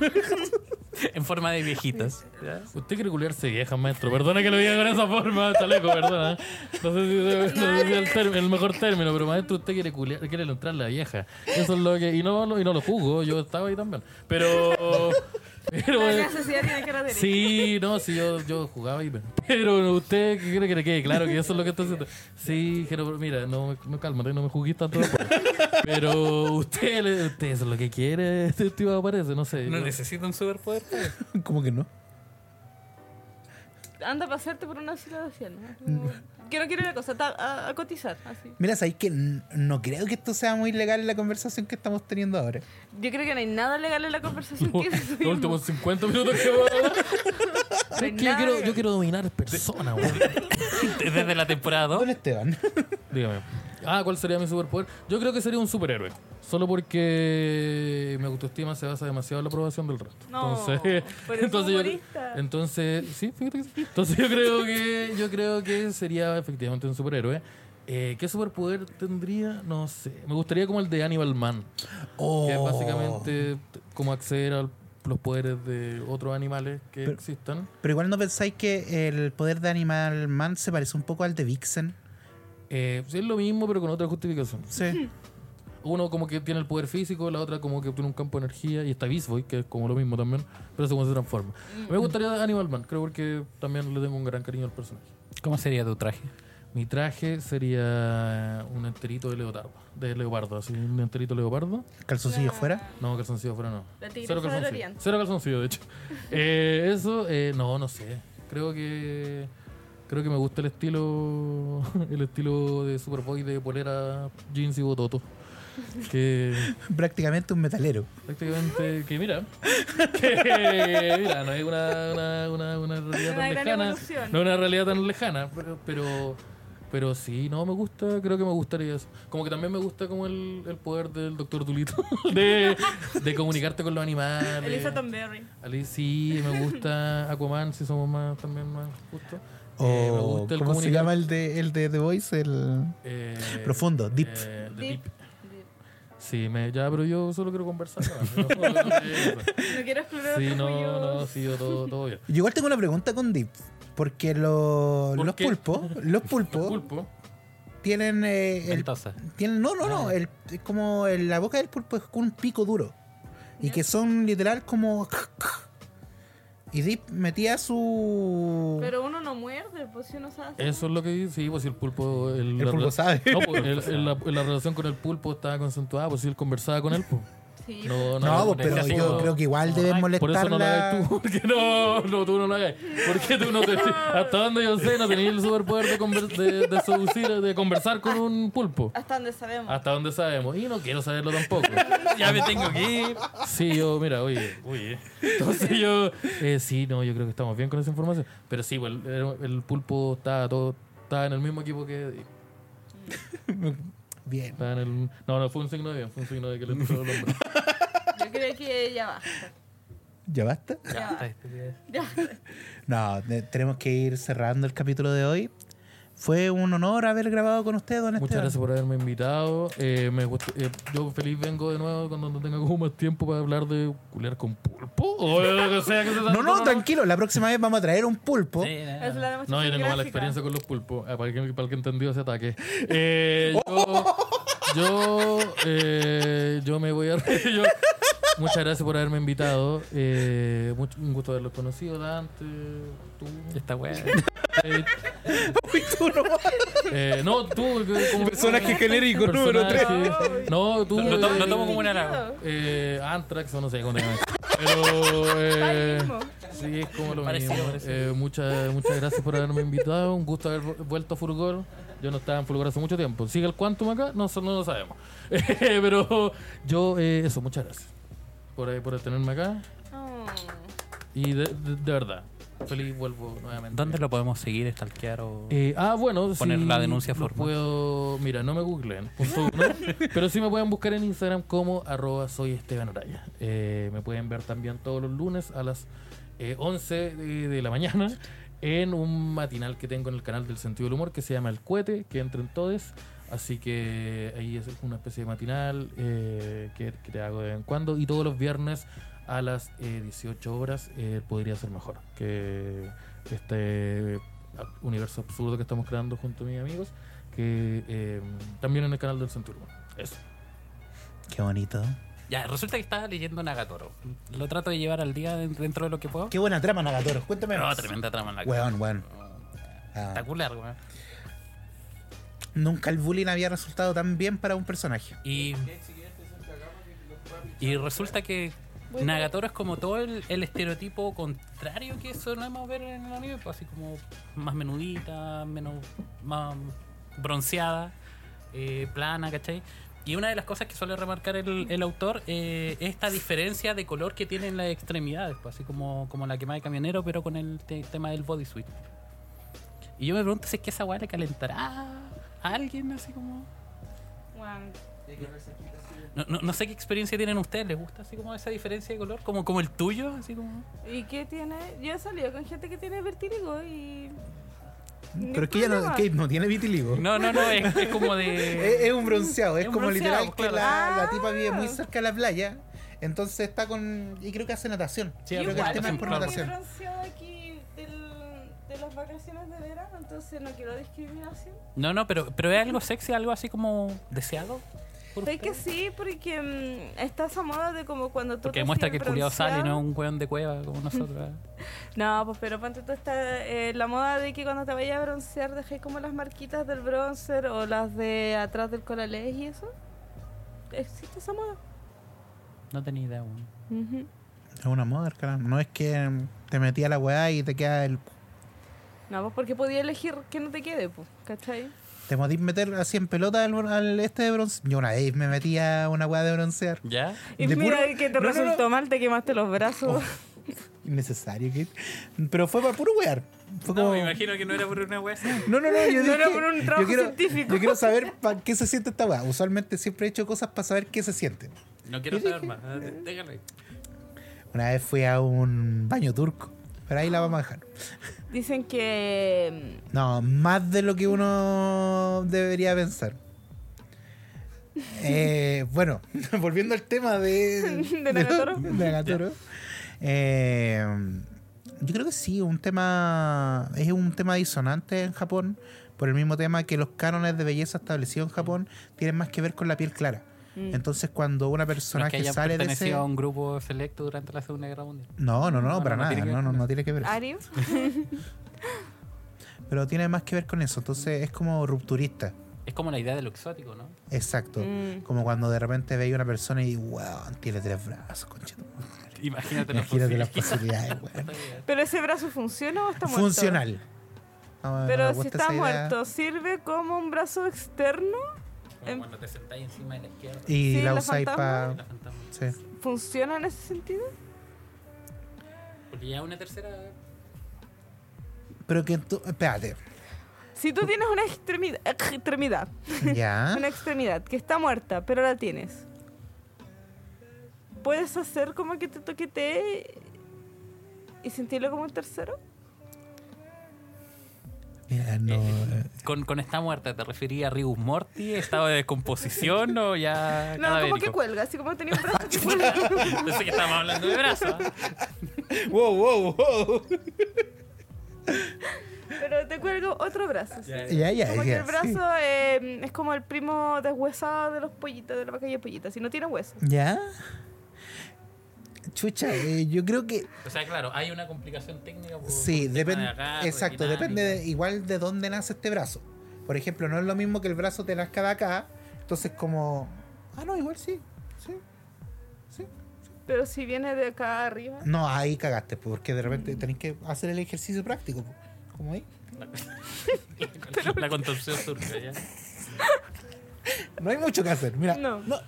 En forma de viejitas. ¿ya? Usted quiere culiarse vieja, maestro. Perdona que lo diga con esa forma, chaleco, perdona. ¿eh? No sé si, no sé si es el, término- el mejor término, pero maestro, usted quiere culiar, quiere entrar la vieja. Eso es lo que. Y no, lo- y no lo juzgo, yo estaba ahí también. Pero. [LAUGHS] pero eh, La sociedad tiene que retener. Sí, no, sí, yo, yo jugaba y Pero usted ¿qué quiere que le quede claro que eso es lo que está haciendo. Sí, pero mira, no, no cálmate, no me juzguís tanto. Pero usted, le- usted eso es lo que quiere, este tío aparece, no sé. No yo- necesita un superpoder. pues. po. ¿Cómo que no? Anda a pasarte por una fila de cien, ¿no? Que no quiero la cosa, ta- a, a cotizar. Así. Mira, sabéis que n- no creo que esto sea muy legal en la conversación que estamos teniendo ahora. Yo creo que no hay nada legal en la conversación que eso [LAUGHS] Los últimos 50 minutos que voy a hablar. No hay Es que yo Pues nada quiero, legal. yo quiero dominar personas, weón. Desde la temporada 2. Don Esteban. Dígame. Ah, ¿cuál sería mi superpoder? Yo creo que sería un superhéroe. Solo porque mi autoestima se basa demasiado en la aprobación del resto. No, entonces, [LAUGHS] pero es entonces, yo, humorista. entonces, sí, fíjate que sí. Entonces yo creo que yo creo que sería efectivamente un superhéroe. Eh, ¿Qué superpoder tendría? No sé. Me gustaría como el de Animal Man, [LAUGHS] que es Oh. básicamente t- como acceder a los poderes de otros animales que Pero- existan. Pero igual no pensáis que el poder de Animal Man se parece un poco al de Vixen. Eh, sí, es lo mismo, pero con otra justificación. Sí. Uno como que tiene el poder físico, la otra como que tiene un campo de energía y está Beast Boy, que es como lo mismo también, pero según se transforma. Mm. Me gustaría Animal Man, creo porque también le tengo un gran cariño al personaje. ¿Cómo sería tu traje? Mi traje sería un enterito de leopardo, de leopardo, así un enterito de leopardo. Calzoncillo fuera. [LAUGHS] No, calzoncillo fuera no. La tigresa Cero del calzoncillo. Oriente. Cero [LAUGHS] calzoncillo, de hecho. Eh, eso, eh, no, no sé. Creo que creo que me gusta el estilo [LAUGHS] el estilo de Superboy de polera, jeans y bototo. Que Prácticamente un metalero. [LAUGHS] Prácticamente, que mira, que mira, no es una, una, una, una realidad Una tan gran lejana, evolución. no es una realidad tan lejana, pero, pero, pero sí, no, me gusta, creo que me gustaría eso. Como que también me gusta como el, el poder del doctor Dulito, [LAUGHS] de, de comunicarte con los animales. Elisa Tomberry. Ali, sí, me gusta Aquaman, si somos más, también más justos. O, Eh, me gusta el Oh, ¿Cómo se comunicar- llama el de, el de The Voice? El... eh, Profundo, deep. eh, the Deep. deep. Deep. Sí, me, ya, pero yo solo quiero conversar. ¿no? [LAUGHS] No, no, No quiero explorar sí, otros no, hoyos. no, sí, yo todo, todo bien. Yo igual tengo una pregunta con Deep. Porque lo- ¿Por los, qué? pulpos, los pulpos, [LAUGHS] Pulpo. tienen eh, el Entonces, Tienen, no, no, Ah, no. el- es como el- la boca del pulpo es con un pico duro. Y Ya. que son literal como. [LAUGHS] Y Deep metía su. Pero uno no muerde, pues si uno sabe. hacer- Eso es lo que dice, sí, pues si el pulpo... [LAUGHS] El, el pulpo la- sabe. No, pues el- el- la, la relación con el pulpo estaba concentrada, pues si él conversaba con él, pues. Sí. No, no, No, no, pues, pero no, yo no. creo que igual deben Por eso molestar no lo la- hagas tú, [LAUGHS] porque no, no, tú no lo hagas. Porque tú no te. Hasta donde yo sé, no tenías el superpoder de, conver- de, de seducir, de conversar con un pulpo. Hasta donde sabemos. Hasta donde sabemos. Y no quiero saberlo tampoco. [LAUGHS] ya me tengo que ir. Sí, yo, mira, oye. Oye. Entonces yo. eh, sí, no, yo creo que estamos bien con esa información. Pero sí, pues, el, el pulpo estaba todo. Estaba en el mismo equipo que. Bien. estaba en el- no, no, fue un signo de bien, fue un signo de que le [LAUGHS] entró el hombre. Yo creo que ya basta. ¿Ya basta? Ya basta. Ya. [LAUGHS] No, de- tenemos que ir cerrando el capítulo de hoy. Fue un honor haber grabado con usted, don Muchas Esteban. gracias por haberme invitado. Eh, me gustó- eh, yo feliz vengo de nuevo cuando no tenga como más tiempo para hablar de culiar con pulpo. O de lo que sea que se No, no, tranquilo. La próxima vez vamos a traer un pulpo. [LAUGHS] Es la demostración No, yo tengo mala gráfica. experiencia con los pulpos. Ah, para, el que, para el que entendió ese ataque. Eh, yo, yo, eh, yo me voy a... [LAUGHS] yo- muchas gracias por haberme invitado. Eh, mucho- un gusto haberlos conocido, Dante, tú. Esta weá. Kate. Uy, tú no [LAUGHS] vas. Eh, no, tú. como- Personaje genérico número personaje- 3. No, tú. Lo tomo- lo eh, tomo como un halago. Eh, Anthrax o no sé cómo se llama. Pero. eh, mismo. sí, es como lo Parecido, mismo. parecido. Eh, muchas, muchas gracias por haberme invitado. Un gusto haber vu- vuelto a Fulgor. Yo no estaba en Fulgor hace mucho tiempo. ¿Sigue el Quantum acá? No, so- no lo sabemos. [LAUGHS] pero yo, eh, eso, muchas gracias por, eh, por tenerme acá. Oh. Y de, de- de verdad, feliz vuelvo nuevamente. ¿Dónde lo podemos seguir, stalkear o...? Eh, ah, bueno, Poner sí, la denuncia lo formal. Puedo, mira, no me googleen, punto uno. [LAUGHS] pero sí me pueden buscar en Instagram como arroba soy Esteban Araya. Eh, me pueden ver también todos los lunes a las eh, 11 de, de la mañana [LAUGHS] en un matinal que tengo en el canal del sentido del humor que se llama El Cuete, que entren todos. Así que ahí es una especie de matinal eh, que, que te hago de vez en cuando. Y todos los viernes a las eh, 18 horas eh, podría ser mejor que este universo absurdo que estamos creando junto a mis amigos. Que eh, también en el canal del Centurión. Eso. Qué bonito. Ya, resulta que estaba leyendo Nagatoro. Lo trato de llevar al día de- dentro de lo que puedo. Qué buena trama, Nagatoro. Cuéntame. Pero más. tremenda trama en la Weón, weón. Ah. Espectacular, weón. Nunca el bullying había resultado tan bien para un personaje. Y, y resulta que Nagatoro es como todo el, el estereotipo contrario que solemos ver en el anime, pues, así como más menudita, menos más bronceada, eh, plana, ¿cachai? Y una de las cosas que suele remarcar el, el autor eh, es esta diferencia de color que tienen las extremidades, pues, así como, como la quema de camionero, pero con el te- tema del bodysuit. Y yo me pregunto si es que esa weá le calentará a alguien, así como... Bueno, No, no, no sé qué experiencia tienen ustedes, ¿les gusta así como esa diferencia de color? Como, como el tuyo, así como. ¿Y qué tiene? Yo he salido con gente que tiene vertigo y. Pero es que ella no, problema. que no tiene vitiligo. No, no, no, es, es [LAUGHS] como Es, de. es un bronceado, es, Es un como bronceado, literal que claro. la, la Ah. tipa vive muy cerca de la playa. Entonces está con. Y creo que hace natación. Sí, creo que igual, el tema es sí, por claro. natación. bronceado aquí del- de las vacaciones de verano, entonces no quiero discriminación. No, no, pero, pero es algo sexy, algo así como deseado. por Sé que ustedes? sí, porque mm, está esa moda de como cuando tú. Porque te demuestra que hacías el culiado sale, no bronceado. es un weón de cueva como nosotros. ¿eh? No, pues pero ponte tú está eh, la moda de que cuando te vayas a broncear dejé como las marquitas del bronzer o las de atrás del colales y eso. ¿Existe esa moda? No tenía idea, weón. Ujú. Es una moda, cara. No es que te metí a la weá y te queda el. No, pues porque podía elegir que no te quede, pues, ¿cachai? Te podís meter así en pelota al, al este de bronce. Yo una vez me metí a una weá de broncear. ¿Ya? Y De mira puro- que te No, no, no. resultó mal, te quemaste los brazos. Oh. Innecesario. que- Pero fue para puro wear. Fue como- que no era por una wea así. No, no, no, yo [LAUGHS] No era dije, por un yo trabajo quiero- científico. Yo quiero saber para qué se siente esta weá. Usualmente siempre he hecho cosas para saber qué se siente. No quiero saber más. eh, Déjalo Una vez fui a un baño turco, pero ahí la vamos a dejar. Dicen que. mm, No, más de lo que uno debería pensar. Eh, [LAUGHS] bueno, volviendo al tema de. De Nagatoro. de Nagatoro. Eh, yo creo que sí, un tema. Es un tema disonante en Japón. Por el mismo tema que los cánones de belleza establecidos en Japón tienen más que ver con la piel clara. Entonces, cuando una No persona es que que haya sale de ese. pertenecido a un grupo selecto durante la Segunda Guerra Mundial. No, no, no, No, no, para no nada. tiene que no, ver no, con no tiene que ver. Ariu. Pero tiene más que ver con eso. Entonces, es como rupturista. Es como la idea de lo exótico, ¿no? Exacto. Mm. Como cuando de repente veis una persona y, wow, tiene tres brazos, conchito. Imagínate, la Imagínate las posibilidad. posibilidades, [LAUGHS] weón. Pero ese brazo funciona o está muerto? Funcional. No, no me Pero si gusta está esa idea. muerto, ¿sirve como un brazo externo? [LAUGHS] Como Cuando te sentáis encima de la izquierda. Y Sí, la la usáis la para. fantasma. Sí. ¿Funciona en ese sentido? Porque ya una tercera. Pero que tú. [LAUGHS] Espérate. Si tú tienes una extremidad, extremidad, Ya. una extremidad que está muerta, pero la tienes, ¿puedes hacer como que te toquetee y sentirlo como un tercero? Mira, no. eh, Con, con esta muerta, ¿te refería a Rigus Morty? ¿Estado de descomposición o ya.? [LAUGHS] No, como que cadavérico? cuelga, así como tenía un brazo [LAUGHS] que cuelga. [LAUGHS] Pensé que estábamos hablando de brazos. ¿ah? Wow, wow, wow. Pero te cuelgo otro brazo. sí. Ya, ya, Como que ya. el brazo sí. eh, es como el primo deshuesado de los pollitos, de la vaca y el pollito. Si no tiene hueso. Ya. Chucha, eh, yo creo que O sea, claro, hay una complicación técnica. por- sí, por tema depende. de agarre, Exacto, dinámica. depende [LAUGHS] de- igual de dónde nace este brazo. Por ejemplo, no es lo mismo que el brazo te nazca de acá. Entonces, como. Ah, no, igual sí. Sí. Sí. Pero si viene de acá arriba. No, ahí cagaste, pues, porque de repente tenés que hacer el ejercicio práctico. pues. Como ahí. La contorsión surge ya. No hay mucho que hacer. Mira, no, No.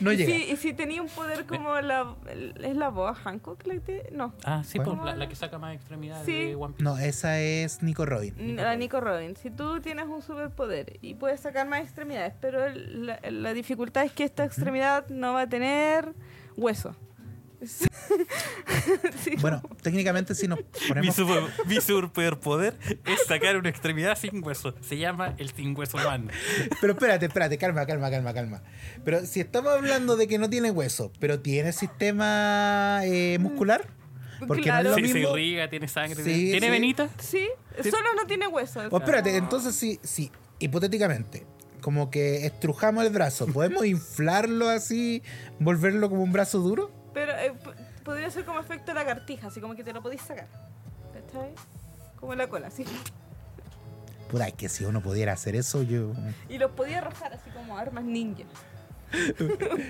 no, ¿Y llega. Si, y si tenía un poder como la. el- ¿Es la boa Hancock? la que te- no. Ah, sí, Bueno. por la, la que saca más extremidades Sí. de One Piece. No, esa es Nico Robin. La Nico Robin. Si tú tienes un superpoder y puedes sacar más extremidades, pero el- la, la dificultad es que esta extremidad no va a tener hueso. Sí, Bueno, técnicamente [LAUGHS] si nos Mi, ponemos... super- mi superpoder es sacar una extremidad sin hueso. Se llama el sin hueso man. [LAUGHS] Pero espérate, espérate, calma, calma, calma, calma. Pero si estamos hablando de que no tiene hueso, pero tiene sistema eh, muscular, porque Claro. no es Se, lo se mismo... irriga, tiene sangre. Sí, tiene- ¿Tiene sí. venita? Sí, solo no tiene hueso. O Oh, Pues espérate, entonces sí, sí, hipotéticamente, como que estrujamos el brazo, ¿podemos inflarlo así, volverlo como un brazo duro? Pero eh, p- podría ser como efecto lagartija, así como que te lo podéis sacar. ¿Cachai? Como la cola, así. [LAUGHS] Puta, es que si uno pudiera hacer eso, yo... Y los podía arrojar así como armas ninja.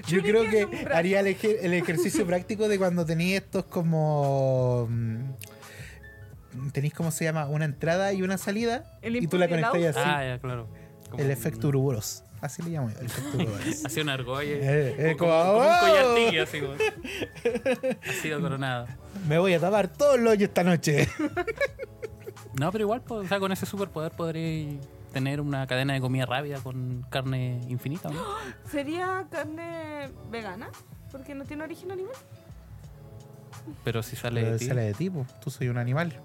Yo creo Shuriken en un que brazo. haría el, ejer- el ejercicio práctico de cuando tenéis estos como. mm, Tenéis como se llama, una entrada y una salida. El y tú la input y el conectáis así. Ah, ya, claro. Como el un- efecto uruboros. Así le llamo yo, el efecto uruboros. Hacía una argolla. Eh, eh, como, como- como un ¡Oh! collartillo, así como. [LAUGHS] Ha sido coronado. Me voy a tapar todo el hoyo esta noche. No, pero igual, pues, o sea, con ese superpoder podré tener una cadena de comida rápida con carne infinita, ¿o ¿no? ¿Sería carne vegana? Porque no tiene origen animal. Pero si sale Pero de ti. sale de tipo, tú soy un animal.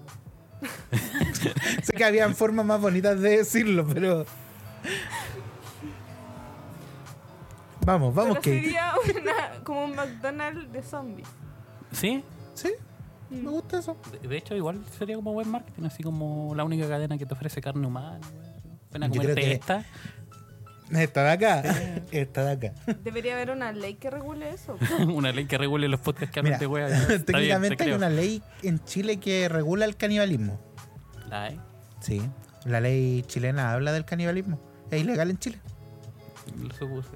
[LAUGHS] sé que habían formas más bonitas de decirlo, pero. Vamos, vamos, Pero Kate. sería una, como un McDonald's de zombies. Sí, Sí, me gusta eso. de- de hecho, igual sería como buen marketing, así como la única cadena que te ofrece carne humana. güey. Ven a Yo creo comerte que- esta. Esta de acá. Esta de acá. Debería haber una ley que regule eso. [LAUGHS] una ley que regule los podcasts que hablan Mira, de [LAUGHS] wea. Está bien, te técnicamente hay creo. una ley en Chile que regula el canibalismo. La hay. Sí. La ley chilena habla del canibalismo. Es ilegal en Chile. [LAUGHS] Lo supuse.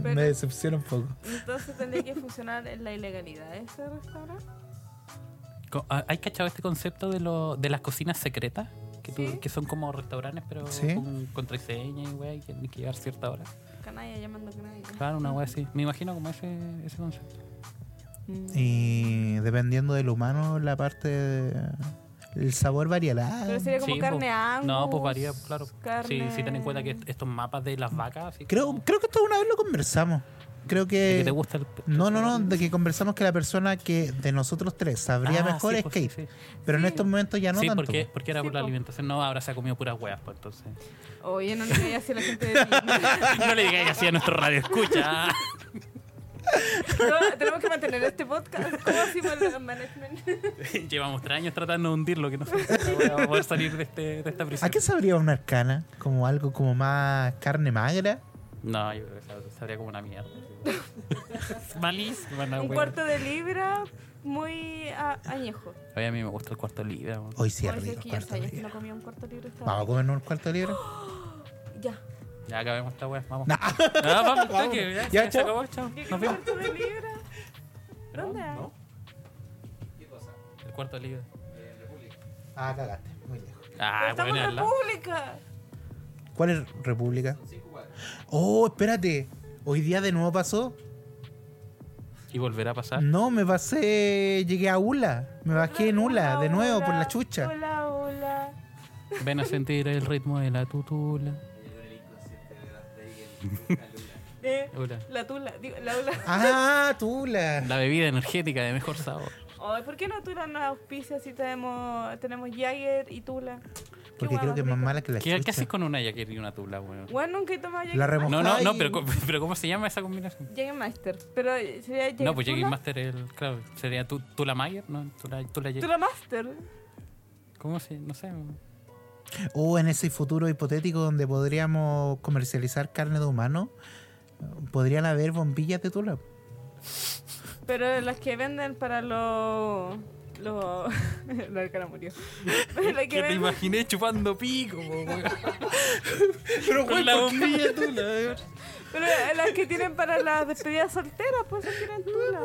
Pero- Me decepciona un poco. Entonces tendría que funcionar en la ilegalidad de ese restaurante. Co- ah, ¿Hay cachado este concepto de, lo, de las cocinas secretas? Que, tú- Sí. que son como restaurantes, pero Sí. con contraseña y wea, y que tienes que llegar cierta hora. Canalla llamando a canalla. Ah, Claro, una wea así. Me imagino como ese, ese concepto. Mm. Y dependiendo del humano, la parte. el sabor variará. Pero sería como Sí, carne pues. angus. No, pues varía, claro. Carne... Sí, sí, ten en cuenta que est- estos mapas de las vacas. así Creo, como- creo que esto una vez lo conversamos. creo de que que. te gusta el. No, no, no, de que conversamos que la persona que de nosotros tres sabría Ah, mejor sí, es pues, Kate. sí, sí. Pero en estos momentos ya no sí, tanto. porque, porque era Sí, por la po. alimentación. No, ahora se ha comido puras hueas, pues entonces. [LAUGHS] Oye, no le digas así a la [LAUGHS] gente de Tinder. no le digáis así a nuestro radio escucha. [LAUGHS] No, tenemos que mantener este podcast. ¿Cómo hacemos el management? Llevamos tres años tratando de hundirlo, que no sé si voy a poder salir de, este, de esta prisión. ¿A qué sabría una arcana? Como algo como más carne magra. No, yo creo que sab- sabría como una mierda. [LAUGHS] Ah, Malísima, Un cuarto de libra muy a- añejo. Oye, a mí me gusta el cuarto libre. weón. Hoy sí es Ay, si es rico. que yo cuarto sabía de que no libra. comía un cuarto de libra esta Vamos a comernos un cuarto de libra. vez. Ya. Ya acabemos esta wea, vamos. [LAUGHS] No. Ah, vamos, toque, ya, Ya, se chao. acabó, chao. ¿Qué Nos vemos. cuarto de libra? ¿Dónde? ¿No? El cuarto libre. Ah, cagaste. Muy lejos. Pero Ah, estamos buena en la. República. ¿Cuál es República? Oh, espérate. Hoy día de nuevo pasó. Y volverá a pasar. No, me pasé. Llegué a Ula. Me bajé en Ula de nuevo por la chucha. Hola, hola. Ven a sentir el ritmo de la tutula. Eh, Hola. la tula, digo, la ula. Ah, Tula. La bebida energética de mejor sabor. Ay, ¿por qué no tula nos auspicia si tenemos, tenemos Jagger y tula? Qué Porque creo guau, que es más rico. mala que la ¿Qué, qué chucha. haces con una yaquer y una tula, weón? Bueno, nunca he tomado Jagger. La remo- No, no, no, Ay. pero, co- [LAUGHS] pero ¿cómo se llama esa combinación? Master. Pero sería Jagger. No, pues Jagger Tula. Master el, claro, sería tu, Tula Mayer, ¿no? Tula, tula Jaeger. Tula Master. ¿Cómo se? No sé. weón. O Uh, en ese futuro hipotético donde podríamos comercializar carne de humano, podrían haber bombillas de Tula. Pero las que venden para los. Los. [LAUGHS] la arcana [LAUGHS] murió. Las que Que te venden. imaginé chupando pico, po, [LAUGHS] weón. Pero Con la bombilla Tula, weón. Pero las que tienen para las despedidas solteras, pues esas tienen tula.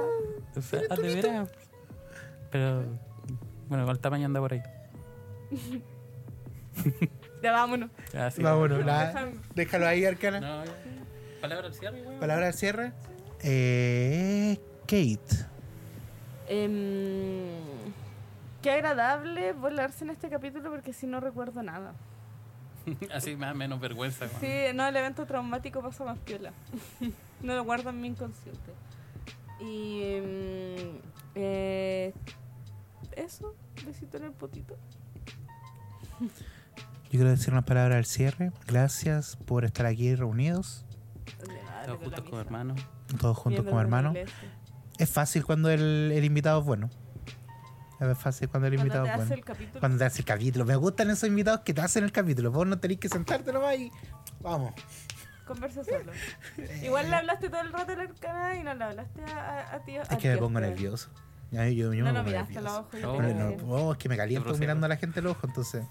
O sea, ah, de veras. Pero, bueno, el tamaño anda por ahí. Ya vámonos. Ah, sí. Vámonos, No, la- déjalo ahí, Arcana. no, ya. Palabra al cierre, weón. Palabra al cierre. Eh, Kate. Em, qué agradable volarse en este capítulo porque si no recuerdo nada. Así más menos vergüenza, weón. Sí, no, el evento traumático pasa más piola. [LAUGHS] no lo guardo en mi inconsciente. Y. em, eh, eso, besito en el potito. Yo quiero decir una palabra al cierre. Gracias por estar aquí reunidos, ah, Todos juntos como hermanos. todos juntos como hermanos. este. Es fácil cuando el, el invitado es bueno. Es fácil cuando el Cuando invitado te es hace bueno. el capítulo. Cuando te hace el capítulo. Me gustan esos invitados que te hacen el capítulo. Vos no tenés que sentarte nomás y vamos. [LAUGHS] Conversa solo. Igual le hablaste todo el rato al arcana y no le hablaste a, a, a ti. Es que me pongo nervioso. Ya, Yo, yo me No lo pongo miraste a los nervioso. ojos. No, yo Pero te no, dije. oh, es que me caliento procede. mirando a la gente al ojo, [LAUGHS] entonces.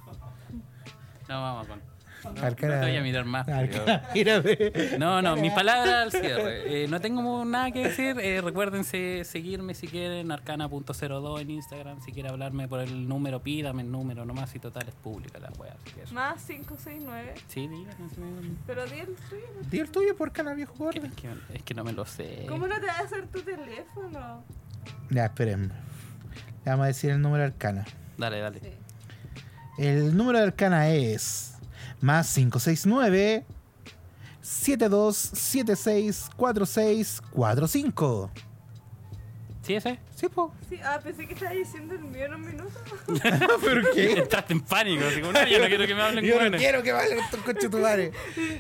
No, vamos con. No, no te Arcana- voy a mirar más. pero- [LAUGHS] Arcana, mírame. No, no, mi palabra al cierre. Eh, no tengo mu- nada que decir. Eh, recuérdense seguirme si quieren, arcana.02 en Instagram. Si quieren hablarme por el número, pídame el número nomás. Y total, es pública la wea. Así que eso. Más 569. Sí, díganme, sí, díganme. Pero di el tuyo. Di el tuyo por canal viejo Que- gordo. Es que, es que no me lo sé. ¿Cómo no te va a hacer tu teléfono? Ya, esperemos. Le vamos a decir el número de arcana. Dale, dale. Sí. El número de arcana es más 569 72764645. ¿Sí ese? Sí, po. Sí, ah, pensé que estabas diciendo el mío en un minuto. [LAUGHS] ¿Por Ah, qué? Entraste en pánico. Así como, no, yo no quiero que me [LAUGHS] hablen Yo con no quiero que vayan estos coches tu madre.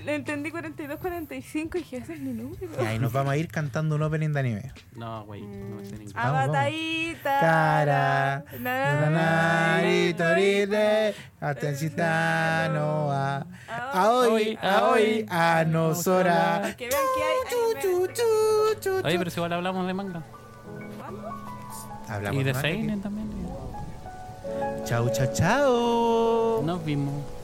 Le entendí 42-45 y dije, ese es mi número. Ya, Y nos vamos a ir cantando un opening de anime. No, güey, no me Mm, sé ningún. Ah, vamos. Abataíta. Cara. na- na- Nanaritorite, Atencita no a. Aoi, aoi, a nosora. Ah, Que vean que hay- hay. Chu, chu, chu, Oye, pero si igual hablamos de manga. Hablamos Y de más, Seinen Kate. también. Chau, chau, chau. Nos vimos.